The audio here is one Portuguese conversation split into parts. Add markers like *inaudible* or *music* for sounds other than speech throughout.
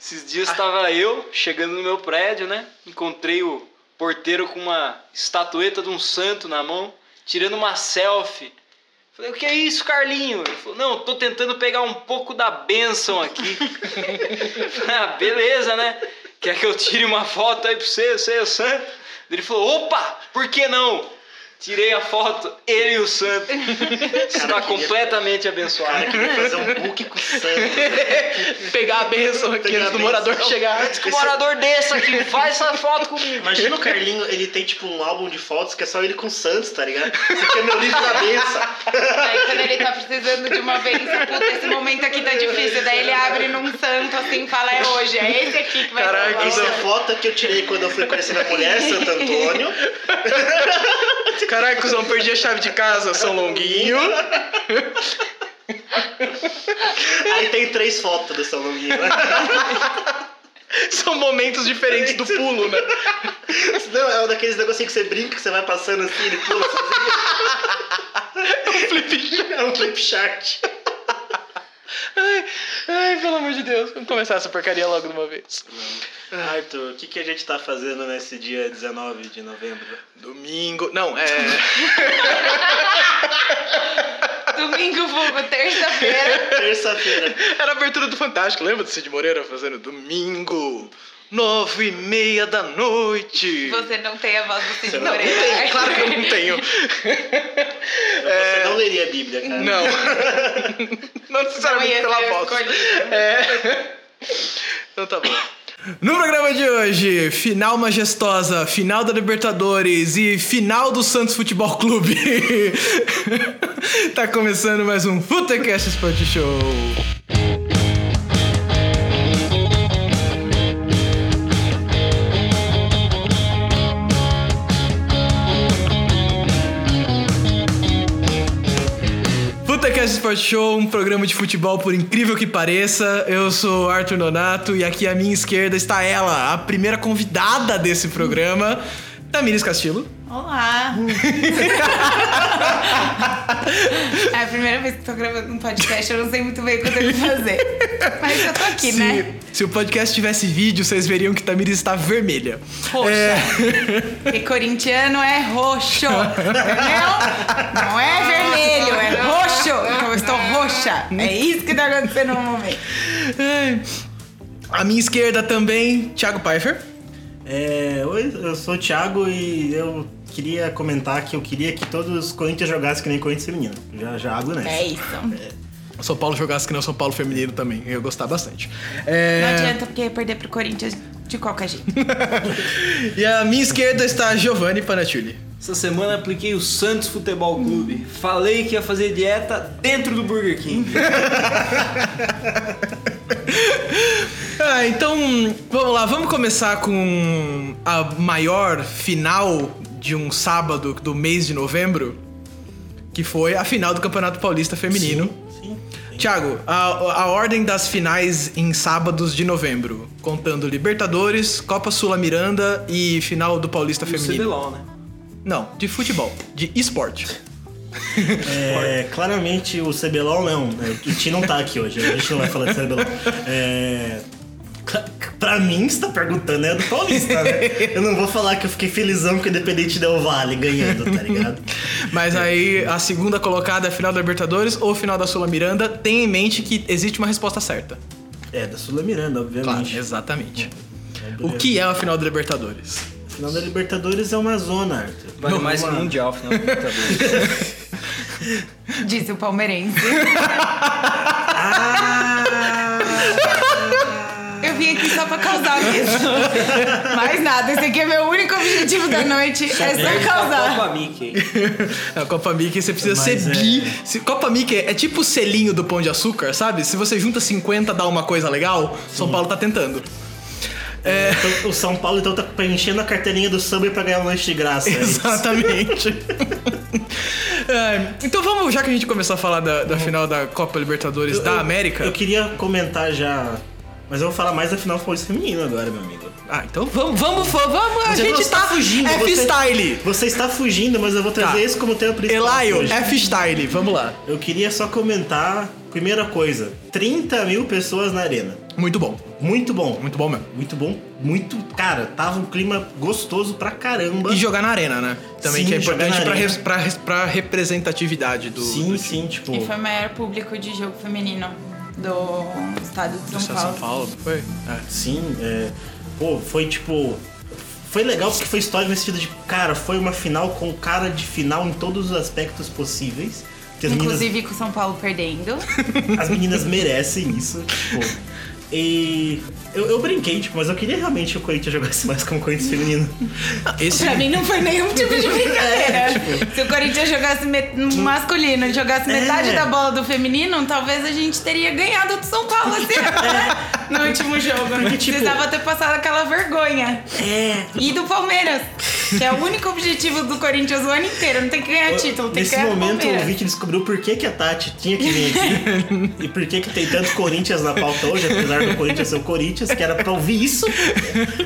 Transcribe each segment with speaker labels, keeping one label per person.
Speaker 1: Esses dias estava eu chegando no meu prédio, né? Encontrei o porteiro com uma estatueta de um santo na mão, tirando uma selfie. Falei, o que é isso, Carlinho? Ele falou, não, tô tentando pegar um pouco da bênção aqui. *laughs* Falei, ah, beleza, né? Quer que eu tire uma foto aí pra você, você é o santo? Ele falou, opa, por que não? Tirei a foto, ele e o santo. Está
Speaker 2: queria-
Speaker 1: completamente abençoado.
Speaker 2: Cara, queria fazer
Speaker 3: *laughs*
Speaker 2: um book com o santo.
Speaker 3: Pegar a benção aqui
Speaker 2: Pegar
Speaker 3: antes do
Speaker 2: a
Speaker 3: morador
Speaker 2: benção.
Speaker 3: chegar.
Speaker 1: Que um morador desse aqui, faz essa foto comigo.
Speaker 2: Imagina o Carlinho, ele tem tipo um álbum de fotos que é só ele com o Santos, tá ligado? Esse aqui é meu livro da benção.
Speaker 4: Aí quando ele tá precisando de uma vez, puta, esse momento aqui tá difícil. Daí ele abre num santo assim e fala, é hoje, é esse aqui que vai
Speaker 3: Caraca,
Speaker 4: salvar.
Speaker 2: Essa é a foto que eu tirei quando eu fui conhecer minha mulher, Santo
Speaker 3: *laughs*
Speaker 2: Antônio.
Speaker 3: Caraca, cuzão, perdi a chave de casa, São Longuinho.
Speaker 2: Aí tem três fotos do São
Speaker 3: *laughs*
Speaker 2: Longuinho. né?
Speaker 3: São momentos diferentes do pulo, né?
Speaker 2: *laughs* Não, é um daqueles negocinhos que você brinca, que você vai passando assim, ele pula sozinho.
Speaker 3: *laughs*
Speaker 2: É um flip chart.
Speaker 3: Ai, ai, pelo amor de Deus. Vamos começar essa porcaria logo de uma vez.
Speaker 2: Ah, Arthur, o que, que a gente tá fazendo nesse dia 19 de novembro?
Speaker 3: Domingo. Não, é. então-
Speaker 4: Domingo, vulgo, terça-feira.
Speaker 2: Terça-feira.
Speaker 3: Era a abertura do Fantástico, lembra do Cid Moreira fazendo domingo, nove e meia da noite?
Speaker 4: Você não tem a voz do Cid
Speaker 2: Não, não
Speaker 4: Moreira.
Speaker 5: é
Speaker 3: Tem, É claro que eu
Speaker 2: *laughs*
Speaker 3: não tenho. É.
Speaker 2: Você não leria a Bíblia, cara.
Speaker 3: Não. Não
Speaker 4: Não ia
Speaker 3: necessariamente pela
Speaker 4: ser
Speaker 3: voz.
Speaker 4: escolhido.
Speaker 3: É. Então tá bom. No programa de hoje, final majestosa, final da Libertadores e final do Santos Futebol Clube. *laughs* tá começando mais um Futecast Sport Show. Futecast Sport Show, um programa de futebol por incrível que pareça. Eu sou Arthur Nonato e aqui à minha esquerda está ela, a primeira convidada desse programa, Tamires Castillo.
Speaker 4: Olá. é a primeira vez que tô gravando um podcast, eu não sei muito bem o que eu tenho que fazer. Mas eu tô aqui,
Speaker 3: se,
Speaker 4: né?
Speaker 3: se o podcast tivesse vídeo, vocês veriam que Tamires está vermelha.
Speaker 4: Roxa.
Speaker 3: É,
Speaker 4: Porque corintiano é roxo. Entendeu? Não é vermelho, é roxo. Então eu estou roxa. É isso que tá acontecendo no momento.
Speaker 3: é. à minha esquerda também, Thiago Pfeiffer.
Speaker 5: É, oi, eu sou o Thiago e eu queria comentar que eu queria que todos os Corinthians jogassem que nem Corinthians feminino. Já, já abro nessa.
Speaker 4: É isso.
Speaker 3: São Paulo jogasse que não São Paulo feminino também, eu ia gostar bastante.
Speaker 4: Não
Speaker 3: É,
Speaker 4: adianta porque perder pro Corinthians de qualquer jeito.
Speaker 3: e à minha esquerda está Giovanni Panatulli.
Speaker 1: Essa semana apliquei o Santos Futebol Clube. Falei que ia fazer dieta dentro do Burger King.
Speaker 3: Hum, Ah, então vamos lá, vamos começar com a maior final de um sábado do mês de novembro, que foi a final do Campeonato Paulista Feminino.
Speaker 5: Sim.
Speaker 3: Tiago, a, a ordem das finais em sábados de novembro, contando Libertadores, Copa Sula Miranda e final do Paulista
Speaker 1: Do
Speaker 3: Feminino.
Speaker 1: CBLOL, né?
Speaker 3: Não, de futebol, de esporte.
Speaker 5: É, claramente o CBLOL não. né? O Ti não tá aqui hoje, a gente não vai falar de CBLOL. É, cla- pra mim, você tá perguntando, é do Paulista, né? Eu não vou falar que eu fiquei felizão porque o Independente deu vale ganhando, tá ligado?
Speaker 3: Mas aí a segunda colocada é a final da Libertadores ou final da Sula Miranda, tenha em mente que existe uma resposta certa.
Speaker 5: É, da Sula Miranda,
Speaker 3: Claro,
Speaker 5: obviamente. É,
Speaker 3: exatamente. O que é a final da Libertadores?
Speaker 5: Final da Libertadores é uma zona, Arthur.
Speaker 1: Vale mais que
Speaker 3: é.
Speaker 1: um o Mundial,
Speaker 3: *laughs*
Speaker 1: final do Libertadores.
Speaker 4: Disse o palmeirense. Eu vim aqui só pra causar mesmo. Mais nada, esse aqui é meu único objetivo da noite. É só
Speaker 1: A
Speaker 4: causar.
Speaker 1: Copa Mickey.
Speaker 3: É, A Copa Mickey, você precisa
Speaker 5: Mas
Speaker 3: ser
Speaker 5: é-
Speaker 3: bi. Se- Copa Mickey é tipo o selinho do Pão de Açúcar, sabe? Se você junta 50, dá uma coisa legal, São Paulo tá tentando.
Speaker 5: Então, O São Paulo então tá preenchendo a carteirinha do Subway pra ganhar um lanche de graça. é isso.
Speaker 3: Exatamente. É, então vamos, já que a gente começou a falar da, da final da Copa Libertadores da
Speaker 5: Eu-
Speaker 3: América.
Speaker 5: Eu queria comentar já. Mas eu vou falar mais da final Paulista Feminino agora, meu amigo.
Speaker 3: Ah, então vamos, vamos, vamos. A
Speaker 5: Você não
Speaker 3: gente
Speaker 5: está
Speaker 3: tá
Speaker 5: fugindo, você-
Speaker 3: F-Style.
Speaker 5: Você está fugindo, mas eu vou trazer
Speaker 3: Tá.
Speaker 5: isso como tema principal.
Speaker 3: Elaio, é
Speaker 5: hoje.
Speaker 3: F-Style, vamos lá.
Speaker 5: Eu queria só comentar, primeira coisa: 30 mil pessoas na arena.
Speaker 3: Muito bom.
Speaker 5: Muito bom.
Speaker 3: Muito bom mesmo.
Speaker 5: Muito bom. Muito. Cara, tava um clima gostoso pra caramba.
Speaker 3: E jogar na arena, né? Também
Speaker 5: Sim,
Speaker 3: que é
Speaker 5: jogar
Speaker 3: importante
Speaker 5: na
Speaker 3: pra,
Speaker 5: arena.
Speaker 3: res- pra, res- pra representatividade do.
Speaker 5: sim,
Speaker 3: do
Speaker 5: sim, tipo.
Speaker 4: E foi o maior público de jogo feminino do estado de São,
Speaker 3: São
Speaker 4: Paulo.
Speaker 3: São Paulo. Foi? É.
Speaker 5: Sim, é. Pô, foi tipo. Foi legal porque foi história no sentido de, cara, foi uma final com cara de final em todos os aspectos possíveis. Que as meninas
Speaker 4: Inclusive com o São Paulo perdendo.
Speaker 5: As meninas merecem isso. Tipo. E eu, eu brinquei, tipo, mas eu queria realmente que o Corinthians jogasse mais como Corinthians feminino.
Speaker 3: Esse.
Speaker 4: *laughs* Pra mim não foi nenhum tipo *laughs* de brincadeira.
Speaker 5: É, tipo-
Speaker 4: Se o Corinthians jogasse met- no masculino e jogasse metade
Speaker 5: É.
Speaker 4: da bola do feminino, talvez a gente teria ganhado do São Paulo *laughs* assim, né? no último jogo.
Speaker 5: Porque, tipo-
Speaker 4: Precisava ter passado aquela vergonha.
Speaker 5: É.
Speaker 4: E do Palmeiras, que é o único objetivo do Corinthians o ano inteiro. Não tem que ganhar título, É, tem
Speaker 5: Nesse
Speaker 4: que ganhar do
Speaker 5: momento o
Speaker 4: Palmeiras.
Speaker 5: Vicky descobriu por que, que a Tati tinha que vir aqui e por que, que tem tanto Corinthians na pauta hoje, apesar do Corinthians ser o Corinthians, que era pra ouvir isso.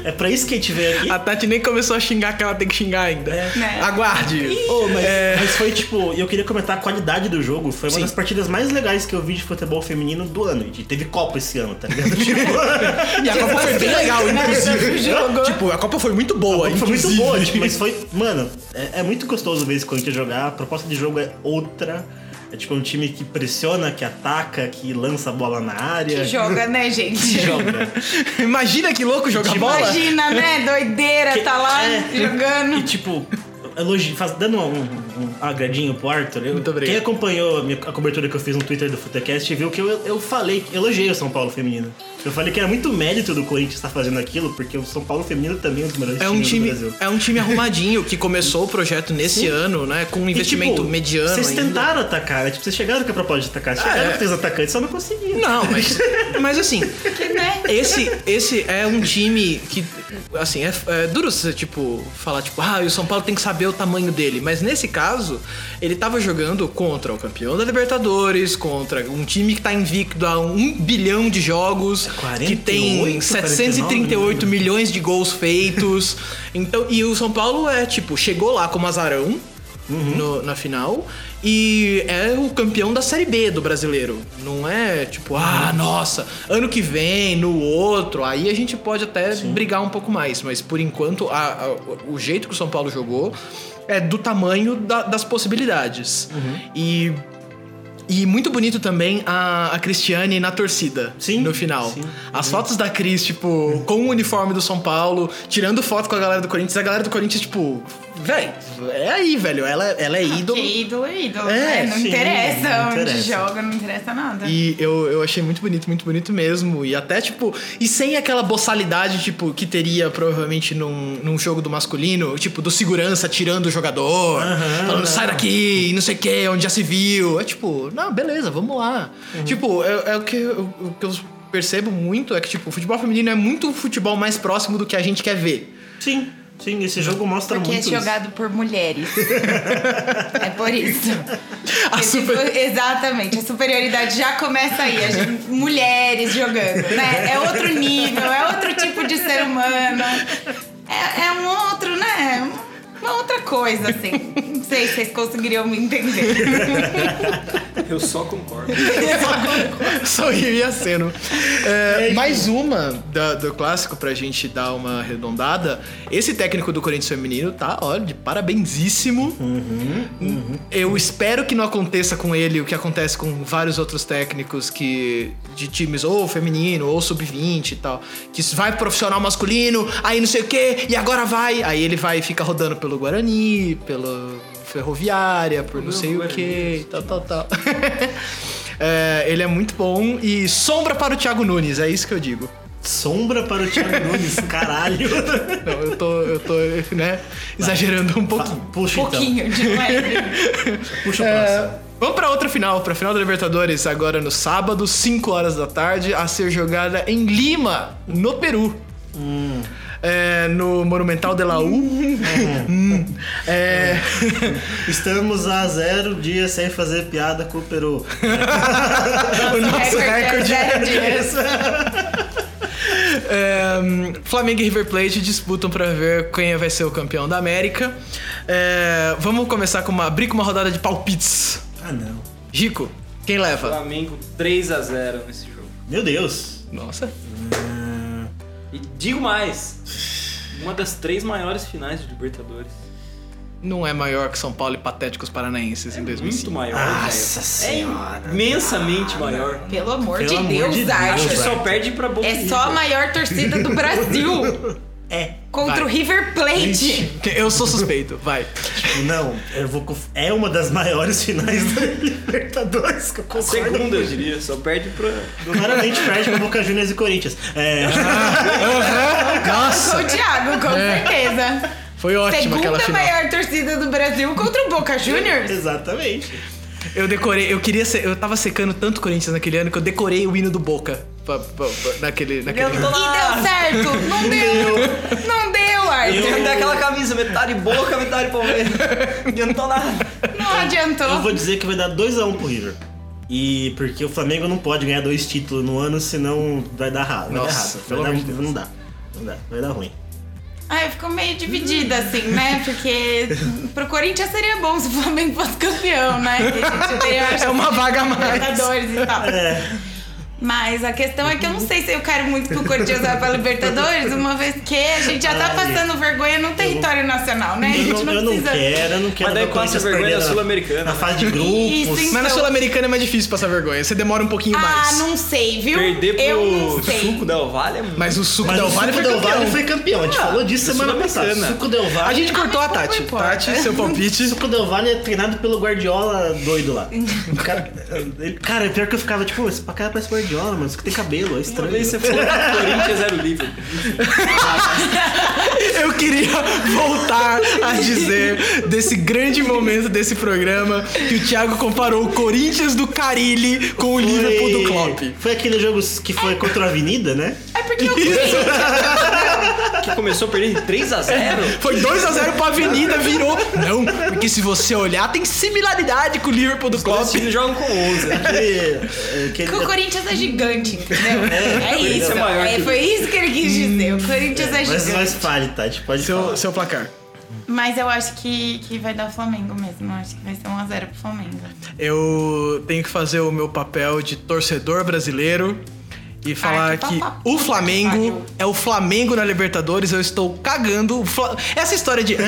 Speaker 5: É pra isso que a gente veio aqui.
Speaker 3: A Tati nem começou a xingar que ela tem que xingar ainda.
Speaker 4: Né?
Speaker 3: Aguarde!
Speaker 5: Oh, mas, mas foi tipo, eu queria comentar a qualidade do jogo. Foi uma
Speaker 3: Sim.
Speaker 5: das partidas mais legais que eu vi de futebol feminino do ano. E teve Copa esse ano, tá ligado? Tipo,
Speaker 3: E a Copa foi bem legal,
Speaker 5: *laughs*
Speaker 3: inclusive. tipo, a Copa foi muito
Speaker 5: foi
Speaker 3: boa,
Speaker 5: muito
Speaker 3: inclusive.
Speaker 5: boa, tipo, mas foi. Mano, é, é muito gostoso ver esse Corinthians jogar. A proposta de jogo é outra. É tipo um time que pressiona, que ataca, que lança a bola na área.
Speaker 4: Que joga, né, gente? *laughs*
Speaker 5: joga.
Speaker 3: *laughs* Imagina que louco jogar bola.
Speaker 4: Imagina, né? Doideira,
Speaker 5: Que-
Speaker 4: tá lá
Speaker 5: é. E
Speaker 4: jogando.
Speaker 5: tipo, elogio, faz, dando um, um agradinho pro Arthur. eu-
Speaker 3: Muito obrigado.
Speaker 5: Quem acompanhou a, minha- a cobertura que eu fiz no Twitter do Futecast viu que eu, eu falei, que elogiei o São Paulo feminino. Eu falei que era muito mérito do Corinthians estar fazendo aquilo, porque o São Paulo feminino também é um dos melhores
Speaker 3: É um
Speaker 5: times
Speaker 3: time,
Speaker 5: do Brasil.
Speaker 3: é um time arrumadinho que começou o projeto nesse ano, né? Com um investimento
Speaker 5: E, tipo,
Speaker 3: mediano.
Speaker 5: Vocês
Speaker 3: ainda.
Speaker 5: tentaram atacar, né? Tipo, vocês chegaram com a proposta de atacar, vocês
Speaker 3: Ah,
Speaker 5: chegaram
Speaker 3: é.
Speaker 5: com três atacantes, só não conseguiram.
Speaker 3: Não,
Speaker 5: *laughs*
Speaker 3: mas, mas assim,
Speaker 4: Que, né?
Speaker 3: esse, esse é um time que, assim, é, é duro você, tipo, falar, tipo, ah, o São Paulo tem que saber o tamanho dele. Mas nesse caso, ele tava jogando contra o campeão da Libertadores, contra um time que tá invicto a um bilhão de jogos, que tem
Speaker 5: 48,
Speaker 3: 738 milhões de gols feitos. Então, e o São Paulo é, tipo, chegou lá como azarão. no- na final. E é o campeão da Série B do brasileiro. Não é tipo, ah, nossa, ano que vem, no outro. Aí a gente pode até brigar um pouco mais. Mas por enquanto, a- a- o jeito que o São Paulo jogou é do tamanho da- das possibilidades. E. E muito bonito também a, a Cristiane na torcida.
Speaker 5: Sim,
Speaker 3: No final.
Speaker 5: sim.
Speaker 3: As fotos da Cris, tipo, com o uniforme do São Paulo, tirando foto com a galera do Corinthians, a galera do Corinthians, tipo, véi, é aí, velho. Ela, ela é ídolo.
Speaker 4: Que ídolo é ídolo,
Speaker 3: É,
Speaker 4: né? Não
Speaker 5: sim,
Speaker 4: interessa
Speaker 5: não
Speaker 4: onde
Speaker 5: interessa.
Speaker 4: joga, não interessa nada.
Speaker 3: E eu, eu achei muito bonito, muito bonito mesmo. E até, tipo, e sem aquela boçalidade, tipo, que teria provavelmente num, num jogo do masculino, tipo, do segurança tirando o jogador, falando, sai daqui, e não sei o que, onde já se viu. É tipo, não, beleza, vamos lá. Tipo, é, é o, que, eu- o que eu percebo muito é que, tipo, o futebol feminino é muito um futebol mais próximo do que a gente quer ver.
Speaker 5: Sim, sim, esse jogo mostra
Speaker 4: Porque é
Speaker 5: muito. isso.
Speaker 4: jogado por
Speaker 5: *laughs*
Speaker 4: mulheres. é por isso.
Speaker 3: A
Speaker 4: Porque se
Speaker 3: super-
Speaker 4: for- Exatamente. A superioridade já começa aí. a gente- Mulheres jogando, né? É outro nível, é outro tipo de ser humano. É, é um outro, né? Uma outra coisa, assim. Não sei se vocês conseguiriam me entender. Um
Speaker 1: Eu só
Speaker 3: *laughs*
Speaker 1: concordo.
Speaker 3: Sorriu e aceno. É, mais uma da- do clássico pra gente dar uma arredondada. Esse técnico do Corinthians Feminino tá, olha, de parabenzíssimo. Eu espero que não aconteça com ele o que acontece com vários outros técnicos que de times ou feminino ou sub-20 e tal, que vai pro profissional masculino, aí não sei o quê, e agora vai. Aí ele vai e fica rodando pelo Guarani, pelo Ferroviária, por não sei o quê, e tal, tal, tal. *laughs* É, ele é muito bom e sombra para o Thiago Nunes, é isso que eu digo.
Speaker 5: Sombra para o
Speaker 4: *laughs*
Speaker 5: Thiago Nunes, caralho.
Speaker 3: Não, eu tô, eu tô, né, exagerando um pouquinho.
Speaker 5: Puxa então,
Speaker 4: Pouquinho de leve.
Speaker 5: puxa o
Speaker 3: É.
Speaker 5: próximo.
Speaker 3: Vamos pra outra final, pra final da Libertadores, agora no sábado, 5 horas da tarde, a ser jogada em Lima, no Peru. É, no Monumental de la U. Hum. É,
Speaker 5: Estamos a zero dias sem fazer piada com o Peru.
Speaker 3: o nosso recorde.
Speaker 4: é zero dias.
Speaker 3: É, Flamengo e River Plate disputam pra ver quem vai ser o campeão da América. É, vamos começar com uma, abrir com uma rodada de palpites.
Speaker 5: *laughs* Ah, não.
Speaker 3: Rico, quem leva?
Speaker 1: Flamengo 3 a 0 nesse jogo.
Speaker 5: Meu Deus.
Speaker 3: Nossa.
Speaker 5: Ah,
Speaker 1: E digo mais, uma das três maiores finais de Libertadores.
Speaker 3: Não é maior que São Paulo e Patéticos Paranaenses em
Speaker 1: Muito
Speaker 3: 2005.
Speaker 1: maior,
Speaker 5: Nossa
Speaker 1: velho.
Speaker 5: senhora.
Speaker 1: É imensamente maior.
Speaker 3: Ah,
Speaker 4: Pelo amor
Speaker 5: Pelo
Speaker 4: de
Speaker 5: amor
Speaker 4: Deus,
Speaker 5: de Deus,
Speaker 1: Acho que
Speaker 4: Arthur.
Speaker 5: Arthur.
Speaker 1: só perde pra Boca
Speaker 4: É só a
Speaker 1: River.
Speaker 4: maior torcida do Brasil
Speaker 5: É,
Speaker 4: contra
Speaker 3: Vai.
Speaker 4: o River Plate.
Speaker 3: Eu sou suspeito, vai.
Speaker 5: tipo, não, eu vou conf- é uma das maiores finais da Libertadores que eu concordo.
Speaker 1: Segunda, eu diria. Só perde pra...
Speaker 5: Claramente perde pra Boca Juniors e Corinthians. É,
Speaker 4: Sou
Speaker 3: Nossa,
Speaker 4: o Thiago, com
Speaker 3: É.
Speaker 4: certeza.
Speaker 3: foi ótima aquela
Speaker 4: Segunda
Speaker 3: final.
Speaker 4: maior torcida do Brasil contra o Boca Juniors.
Speaker 5: exatamente.
Speaker 3: Eu decorei, eu queria ser, eu tava secando tanto Corinthians naquele ano que eu decorei o hino do Boca pra- pra- pra- naquele naquele.
Speaker 1: Eu tô
Speaker 4: E
Speaker 1: lá.
Speaker 4: deu certo. Não deu. Não deu,
Speaker 1: Tem que
Speaker 4: Arthur.
Speaker 1: dar aquela camisa, metade boca, metade palmeiras. Não adiantou nada.
Speaker 4: Não
Speaker 5: Eu vou
Speaker 4: adiantou.
Speaker 5: dizer que vai dar 2x1 pro River. E porque o Flamengo não pode ganhar dois títulos no ano, senão vai dar errado. Vai dar
Speaker 3: Nossa,
Speaker 5: errado.
Speaker 3: pelo
Speaker 5: Vai
Speaker 3: amor
Speaker 5: dar,
Speaker 3: de Deus.
Speaker 5: não dá. Não dá. Vai dar ruim.
Speaker 4: Ah, eu fico meio dividida, assim, né? Porque pro Corinthians seria bom se o Flamengo fosse campeão, né? Que a gente teria, eu acho,
Speaker 3: É uma vaga a mais.
Speaker 4: Libertadores e tal. Mas a questão é que eu não sei se eu quero muito pro Corinthians ou pra Libertadores, uma vez que a gente já tá
Speaker 5: Ai.
Speaker 4: passando vergonha no território nacional, né? A
Speaker 5: Eu não,
Speaker 4: gente não
Speaker 5: eu não
Speaker 4: precisa.
Speaker 5: quero, eu não quero.
Speaker 1: Mas daí
Speaker 5: ver o
Speaker 1: passa
Speaker 5: Corinthians
Speaker 1: vergonha
Speaker 5: perder
Speaker 1: na
Speaker 5: na
Speaker 1: Sul-Americana,
Speaker 5: Na
Speaker 1: né?
Speaker 5: fase de grupos.
Speaker 4: Isso,
Speaker 3: Mas na
Speaker 4: Então-
Speaker 3: Sul-Americana é mais difícil passar vergonha. Você demora um pouquinho
Speaker 4: Ah,
Speaker 3: mais.
Speaker 4: não sei, viu?
Speaker 1: Perder
Speaker 4: eu
Speaker 1: pro
Speaker 4: não sei.
Speaker 1: suco da Ovalha é muito.
Speaker 3: Mas o suco
Speaker 5: Mas
Speaker 3: Del
Speaker 5: o
Speaker 3: Valle
Speaker 5: Suco é
Speaker 3: foi
Speaker 5: Del Valle
Speaker 3: campeão.
Speaker 5: foi campeão. A gente
Speaker 4: Ah,
Speaker 5: falou disso
Speaker 1: é
Speaker 5: semana passada.
Speaker 1: sul-americana.
Speaker 5: Suco Del
Speaker 3: A
Speaker 5: Valle.
Speaker 3: gente cortou a
Speaker 4: mas pouco
Speaker 3: Tati.
Speaker 4: Ah, importa.
Speaker 3: Tati, seu palpite.
Speaker 5: Suco Del Valle é treinado pelo Guardiola doido lá. O Cara, ele- cara, pior que eu ficava tipo, esse pra cara parece Guardiola, mano. Isso que tem cabelo, é
Speaker 1: Outra
Speaker 5: estranho.
Speaker 1: vez você falou que o Corinthians é era o livre.
Speaker 3: Eu queria voltar a dizer desse grande momento desse programa que o Thiago comparou o Corinthians do Carilli com o Liverpool do Klopp.
Speaker 5: Foi aquele jogo que foi contra a Avenida, né?
Speaker 4: É porque eu Corinthians.
Speaker 1: Que começou a perder de 3x0.
Speaker 3: Foi 2 a 0 pra Avenida, virou. Não, porque se você olhar, tem similaridade com o Liverpool do
Speaker 1: Os
Speaker 3: Klopp.
Speaker 1: times jogam com 11. né?
Speaker 5: Aquele- aquele-
Speaker 4: que o Corinthians é gigante, entendeu? É,
Speaker 1: Corinthians
Speaker 4: isso.
Speaker 1: é maior
Speaker 4: É,
Speaker 1: que-
Speaker 4: foi isso que ele quis dizer. O Corinthians é,
Speaker 5: Mas,
Speaker 4: gigante.
Speaker 5: mas
Speaker 4: Mas,
Speaker 5: fale, Tati, pode
Speaker 3: Seu,
Speaker 5: falar.
Speaker 3: seu placar.
Speaker 4: eu acho que, que vai dar o Flamengo mesmo. Eu acho que vai ser 1x0 pro Flamengo.
Speaker 3: Eu tenho que fazer o meu papel de torcedor brasileiro e falar
Speaker 4: que
Speaker 3: que
Speaker 4: papo.
Speaker 3: o Flamengo
Speaker 4: Pariu.
Speaker 3: é o Flamengo na Libertadores. Eu estou cagando. o Fla- Essa história de "Ah,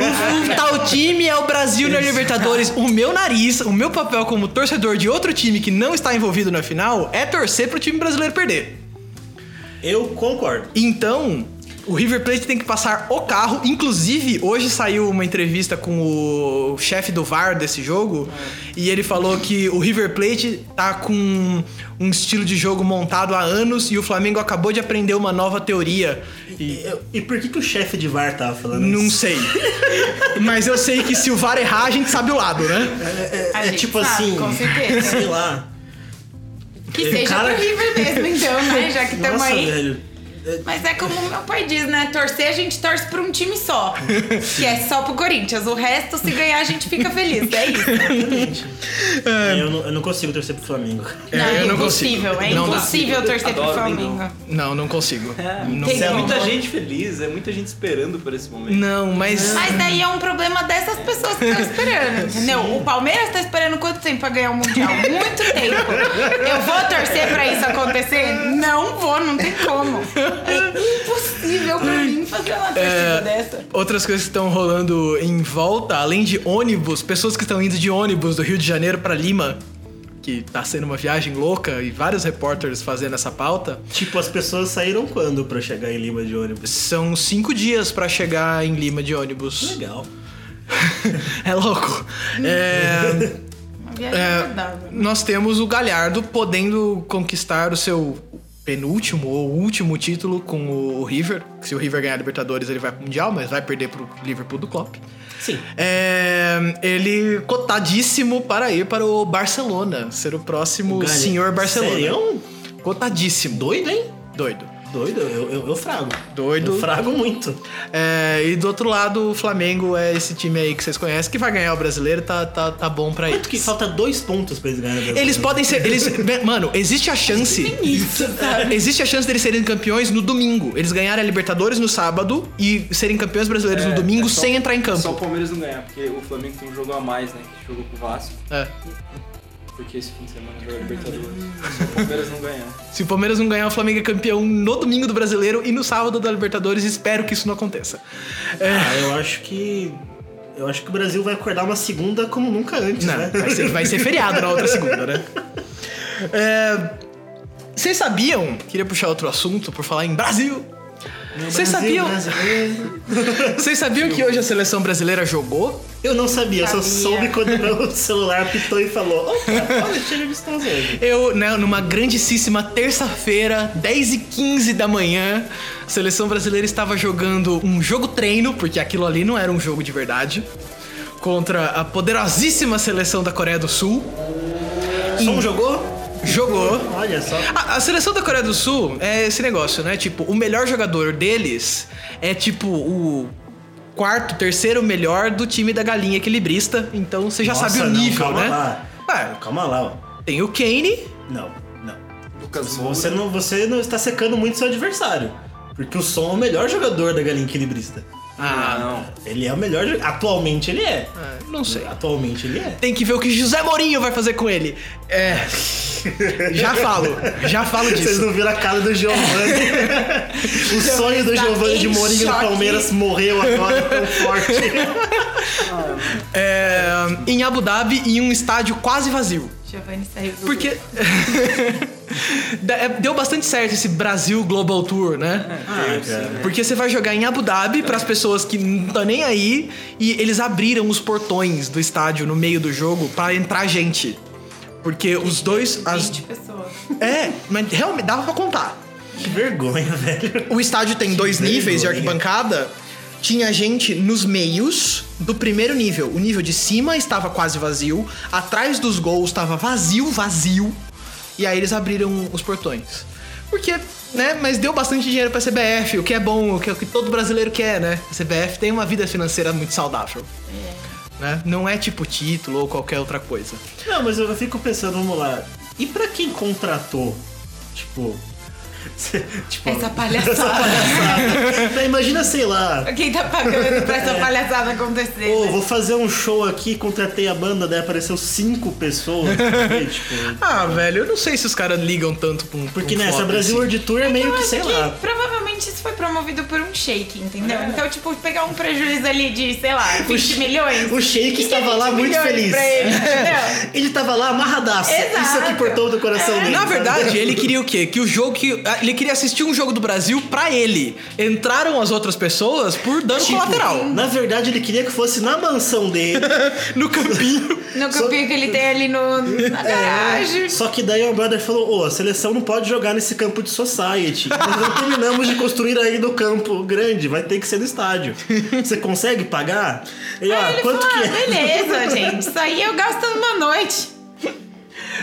Speaker 3: o, o tal time é o Brasil na Libertadores. O meu nariz, o meu papel como torcedor de outro time que não está envolvido na final é torcer pro time brasileiro perder.
Speaker 5: Eu concordo.
Speaker 3: Então, o River Plate tem que passar o carro. Inclusive, hoje saiu uma entrevista com o chefe do VAR desse jogo. E ele falou que o River Plate tá com um estilo de jogo montado há anos e o Flamengo acabou de aprender uma nova teoria.
Speaker 5: E, eu- e por que, que o chefe de VAR tava falando
Speaker 3: Não
Speaker 5: isso?
Speaker 3: sei. Mas eu sei que se o VAR errar, a gente sabe o lado, né?
Speaker 5: É, é
Speaker 4: A gente
Speaker 5: tipo
Speaker 4: sabe,
Speaker 5: assim.
Speaker 4: com certeza.
Speaker 5: Sei lá.
Speaker 4: Que
Speaker 5: O
Speaker 4: seja
Speaker 5: cara-
Speaker 4: pro River mesmo, então, né? Já que estamos
Speaker 5: Nossa,
Speaker 4: aí.
Speaker 5: velho.
Speaker 4: Mas é como meu pai diz, né? Torcer a gente torce por um time só. que é só pro Corinthians. O resto, se ganhar, a gente fica feliz. É isso.
Speaker 5: Eu, não, eu não consigo torcer pro Flamengo.
Speaker 3: É,
Speaker 4: é
Speaker 3: eu não
Speaker 4: impossível.
Speaker 3: consigo.
Speaker 4: É
Speaker 3: Não dá.
Speaker 4: impossível torcer
Speaker 1: Adoro,
Speaker 4: pro Flamengo.
Speaker 1: Mengão.
Speaker 3: Não, não consigo. Não,
Speaker 4: Tem
Speaker 1: É
Speaker 4: como.
Speaker 1: muita gente feliz, é muita gente esperando por esse momento.
Speaker 3: não mas.
Speaker 4: Mas daí é um problema dessas pessoas que estão esperando, entendeu? O Palmeiras tá esperando quanto tempo pra ganhar o Mundial? Muito tempo. Eu vou torcer pra isso acontecer? Não vou, não tem como. É impossível pra mim fazer uma
Speaker 3: É,
Speaker 4: torcida dessa.
Speaker 3: Outras coisas que estão rolando em volta, além de ônibus, pessoas que estão indo de ônibus do Rio de Janeiro para Lima, que tá sendo uma viagem louca e vários repórteres fazendo essa pauta,
Speaker 5: Tipo, as pessoas saíram quando pra chegar em Lima de ônibus?
Speaker 3: são cinco dias para chegar em Lima de ônibus. *laughs*
Speaker 5: Legal.
Speaker 3: é louco. É,
Speaker 4: Uma viagem
Speaker 3: é,
Speaker 4: agradável.
Speaker 3: nós temos o Galhardo podendo conquistar o seu penúltimo ou último título com o River. Se o River ganhar a Libertadores, ele vai pro Mundial, mas vai perder pro Liverpool do Klopp.
Speaker 5: *laughs* Sim.
Speaker 3: É, ele cotadíssimo para ir para o Barcelona, ser o próximo
Speaker 5: Galha-
Speaker 3: senhor Barcelona.
Speaker 5: Serião?
Speaker 3: Cotadíssimo.
Speaker 5: Doido, hein?
Speaker 3: Doido.
Speaker 5: Doido, eu, eu, eu frago.
Speaker 3: Doido.
Speaker 5: Eu frago muito.
Speaker 3: É, e do outro lado, o Flamengo é esse time aí que vocês conhecem, que vai ganhar o brasileiro, tá, tá, tá bom pra
Speaker 5: Tanto
Speaker 3: eles.
Speaker 5: que falta dois pontos pra eles ganharem. o
Speaker 3: Eles
Speaker 5: Brasil.
Speaker 3: podem ser. Eles, mano, existe a chance.
Speaker 5: *laughs* É,
Speaker 3: Existe a chance deles serem campeões no domingo. Eles ganharem a Libertadores no sábado e serem campeões brasileiros no domingo
Speaker 1: é só-
Speaker 3: sem entrar em campo.
Speaker 1: Só o Palmeiras não ganhar, porque o Flamengo tem um jogo a mais, né? Que jogou com o Vasco.
Speaker 3: É.
Speaker 1: Porque esse fim de semana joga Libertadores. Se o Palmeiras não ganhar.
Speaker 3: Se o Palmeiras não ganhar, o Flamengo é campeão no domingo do Brasileiro e no sábado da Libertadores. Espero que isso não aconteça.
Speaker 5: Ah, eu acho que. Eu acho que o Brasil vai acordar uma segunda como nunca antes, né?
Speaker 3: Não, vai ser, vai ser feriado na outra segunda, né? É, Vocês sabiam? Queria puxar outro assunto por falar em Brasil.
Speaker 5: Meu
Speaker 3: Vocês
Speaker 5: Brasil,
Speaker 3: sabiam-
Speaker 5: brasileiro.
Speaker 3: Vocês sabiam que hoje a seleção brasileira jogou?
Speaker 5: Eu não sabia, eu só
Speaker 4: Sabia.
Speaker 5: soube quando meu celular apitou e falou:
Speaker 3: *laughs*
Speaker 5: Opa, olha, chega vistoso hoje.
Speaker 3: Eu, né, numa grandíssima terça-feira, 10h15 da manhã, a seleção brasileira estava jogando um jogo treino, porque aquilo ali não era um jogo de verdade, contra a poderosíssima seleção da Coreia do Sul.
Speaker 5: Som um jogou?
Speaker 3: Jogou.
Speaker 5: Olha só.
Speaker 3: A, a seleção da Coreia do Sul é esse negócio, né? Tipo, o melhor jogador deles é tipo o quarto, terceiro melhor do time da galinha equilibrista. Então você já
Speaker 5: Nossa,
Speaker 3: sabe o
Speaker 5: não,
Speaker 3: nível,
Speaker 5: calma
Speaker 3: né?
Speaker 5: Lá.
Speaker 3: Ah,
Speaker 5: Calma lá, ó.
Speaker 3: tem o Kane.
Speaker 5: Não, não.
Speaker 1: Lucas
Speaker 5: Você não, você não está secando muito seu adversário. Porque o Som é o melhor jogador da galinha equilibrista.
Speaker 1: Ah, não.
Speaker 5: Ele é o melhor. jo- Atualmente ele é.
Speaker 3: Ah, não sei.
Speaker 5: Atualmente ele é.
Speaker 3: Tem que ver o que José Mourinho vai fazer com ele. É. *laughs* Já falo, já falo
Speaker 5: Vocês
Speaker 3: disso.
Speaker 5: não viram a cara do
Speaker 4: *laughs*
Speaker 5: Giovanni. o sonho do
Speaker 4: tá
Speaker 5: Giovanni de
Speaker 4: em
Speaker 5: Mourinho no
Speaker 4: choque.
Speaker 5: Palmeiras morreu agora
Speaker 4: *laughs*
Speaker 5: tão forte.
Speaker 3: É, em Abu Dhabi, em um estádio quase vazio.
Speaker 4: Giovanni saiu do
Speaker 3: Porque. *laughs* Da- é, Deu bastante certo esse Brasil Global Tour, né?
Speaker 4: Ah,
Speaker 3: Porque você vai jogar em Abu Dhabi pras pessoas que não estão nem aí e eles abriram os portões do estádio no meio do jogo pra entrar gente. Porque os dois. As...
Speaker 4: 20 pessoas.
Speaker 3: É, mas realmente dava pra contar.
Speaker 5: Que vergonha, velho.
Speaker 3: O estádio tem dois
Speaker 5: vergonha.
Speaker 3: níveis de arquibancada. Tinha gente nos meios do primeiro nível. O nível de cima estava quase vazio. Atrás dos gols estava vazio, vazio. E aí eles abriram os portões. Porque, né? Mas deu bastante dinheiro pra CBF, o que é bom, o que, é o que todo brasileiro quer, né? A CBF tem uma vida financeira muito saudável. Né? Não é tipo título ou qualquer outra coisa.
Speaker 5: Não, mas eu fico pensando, vamos lá. E pra quem contratou? Tipo. *laughs* tipo *laughs*
Speaker 4: Essa palhaçada.
Speaker 5: palhaçada. Imagina, sei lá.
Speaker 4: Quem
Speaker 5: *laughs*
Speaker 4: tá pagando pra
Speaker 5: É.
Speaker 4: essa palhaçada acontecer?
Speaker 5: Pô,
Speaker 4: né?
Speaker 5: vou fazer um show aqui, contratei a banda, daí apareceu cinco
Speaker 4: *laughs*
Speaker 5: pessoas. sabe? tipo,
Speaker 3: Ah, velho, eu não sei se os caras ligam tanto pra um.
Speaker 5: porque
Speaker 3: pra um
Speaker 5: nessa
Speaker 3: flop,
Speaker 5: Brasil
Speaker 3: assim.
Speaker 5: World Tour é meio
Speaker 4: Eu
Speaker 5: que,
Speaker 4: acho
Speaker 5: sei
Speaker 4: que
Speaker 5: lá. É.
Speaker 4: provavelmente isso foi promovido por um shake, entendeu? Então, tipo, pegar um prejuízo ali de, sei lá, 20 milhões.
Speaker 5: O Sheik estava lá muito feliz.
Speaker 4: Pra
Speaker 5: *laughs*
Speaker 4: ele, entendeu?
Speaker 5: Ele tava lá amarradaço.
Speaker 4: Exato. É.
Speaker 5: Isso aqui cortou do coração dele.
Speaker 3: Na
Speaker 5: sabe?
Speaker 3: verdade, ele queria o quê? Que o jogo que. Ele queria assistir um jogo do Brasil pra ele. Entraram as outras pessoas por dano
Speaker 5: Tipo,
Speaker 3: colateral.
Speaker 5: Na verdade, ele queria que fosse na mansão dele.
Speaker 3: No campinho.
Speaker 4: No campinho que ele tem ali no,
Speaker 5: É.
Speaker 4: na garagem.
Speaker 5: Só que daí o brother falou: Ô, a seleção não pode jogar nesse campo de society. Nós não terminamos de construir ainda o campo grande, vai ter que ser no estádio. Você consegue pagar? Ele, ó,
Speaker 4: Aí ele
Speaker 5: quanto
Speaker 4: falou,
Speaker 5: que
Speaker 4: ah,
Speaker 5: é?
Speaker 4: beleza, gente. Isso aí eu gasto numa noite.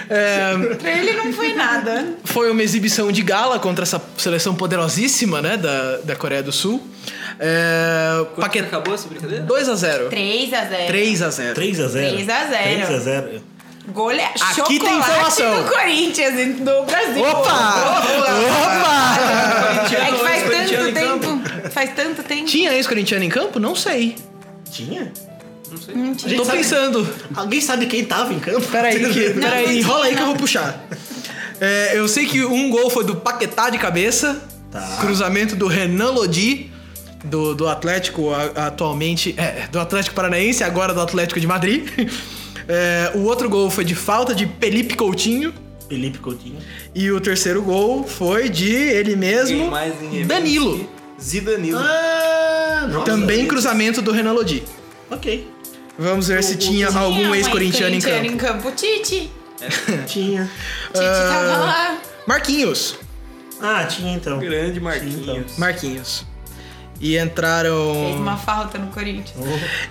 Speaker 3: É,
Speaker 4: Pra ele não foi
Speaker 5: *laughs*
Speaker 4: nada.
Speaker 3: foi uma exibição de gala contra essa seleção poderosíssima, né? Da, da Coreia do Sul. É,
Speaker 1: Quanto que
Speaker 3: Paquetá.
Speaker 1: acabou essa brincadeira?
Speaker 3: 2 a 0
Speaker 4: 3 a 0
Speaker 3: 3 a 0
Speaker 5: 3 a 0
Speaker 4: 3 a 0.
Speaker 5: 3 a 0
Speaker 4: Golea...
Speaker 3: Aqui
Speaker 4: Chocolate
Speaker 3: tem informação.
Speaker 4: do Corinthians, e do Brasil.
Speaker 3: Opa! Opa!
Speaker 4: É que faz
Speaker 1: Corintiano
Speaker 4: tanto
Speaker 1: em campo.
Speaker 4: tempo. Faz tanto tempo.
Speaker 3: Tinha ex-corintiano em campo? Não sei.
Speaker 5: Tinha?
Speaker 4: Não
Speaker 5: A
Speaker 4: tinha.
Speaker 5: gente
Speaker 3: Tô
Speaker 5: sabe-
Speaker 3: pensando.
Speaker 5: Alguém sabe quem tava em campo? *laughs*
Speaker 3: Peraí, que,
Speaker 4: não
Speaker 3: peraí,
Speaker 4: tinha,
Speaker 3: rola aí que eu
Speaker 4: não.
Speaker 3: vou puxar. É, eu sei que um gol foi do Paquetá de cabeça.
Speaker 5: Tá.
Speaker 3: Cruzamento do Renan Lodi, do, do Atlético a- atualmente. É, do Atlético Paranaense, agora do Atlético de Madrid. *laughs* É, o outro gol foi de falta de Felipe Coutinho.
Speaker 5: Felipe Coutinho.
Speaker 3: E o terceiro gol foi de
Speaker 1: Ninguém
Speaker 3: ele mesmo,
Speaker 1: mais, ninguém menos
Speaker 3: Danilo.
Speaker 1: que Zidanilo.
Speaker 5: Ah, nossa.
Speaker 3: Também cruzamento do Renan Lodi.
Speaker 5: Ok.
Speaker 3: Vamos ver se tinha
Speaker 4: Tinha
Speaker 3: algum
Speaker 4: uma
Speaker 3: ex-corintiano em
Speaker 4: ex-corintiana
Speaker 3: campo.
Speaker 4: em
Speaker 3: Ah.
Speaker 4: campo. Tite. Tite
Speaker 3: É.
Speaker 5: Tinha.
Speaker 4: tava lá.
Speaker 3: Marquinhos.
Speaker 5: Ah, tinha então.
Speaker 1: Grande Marquinhos.
Speaker 3: Marquinhos. E entraram.
Speaker 4: Fez uma falta no Corinthians.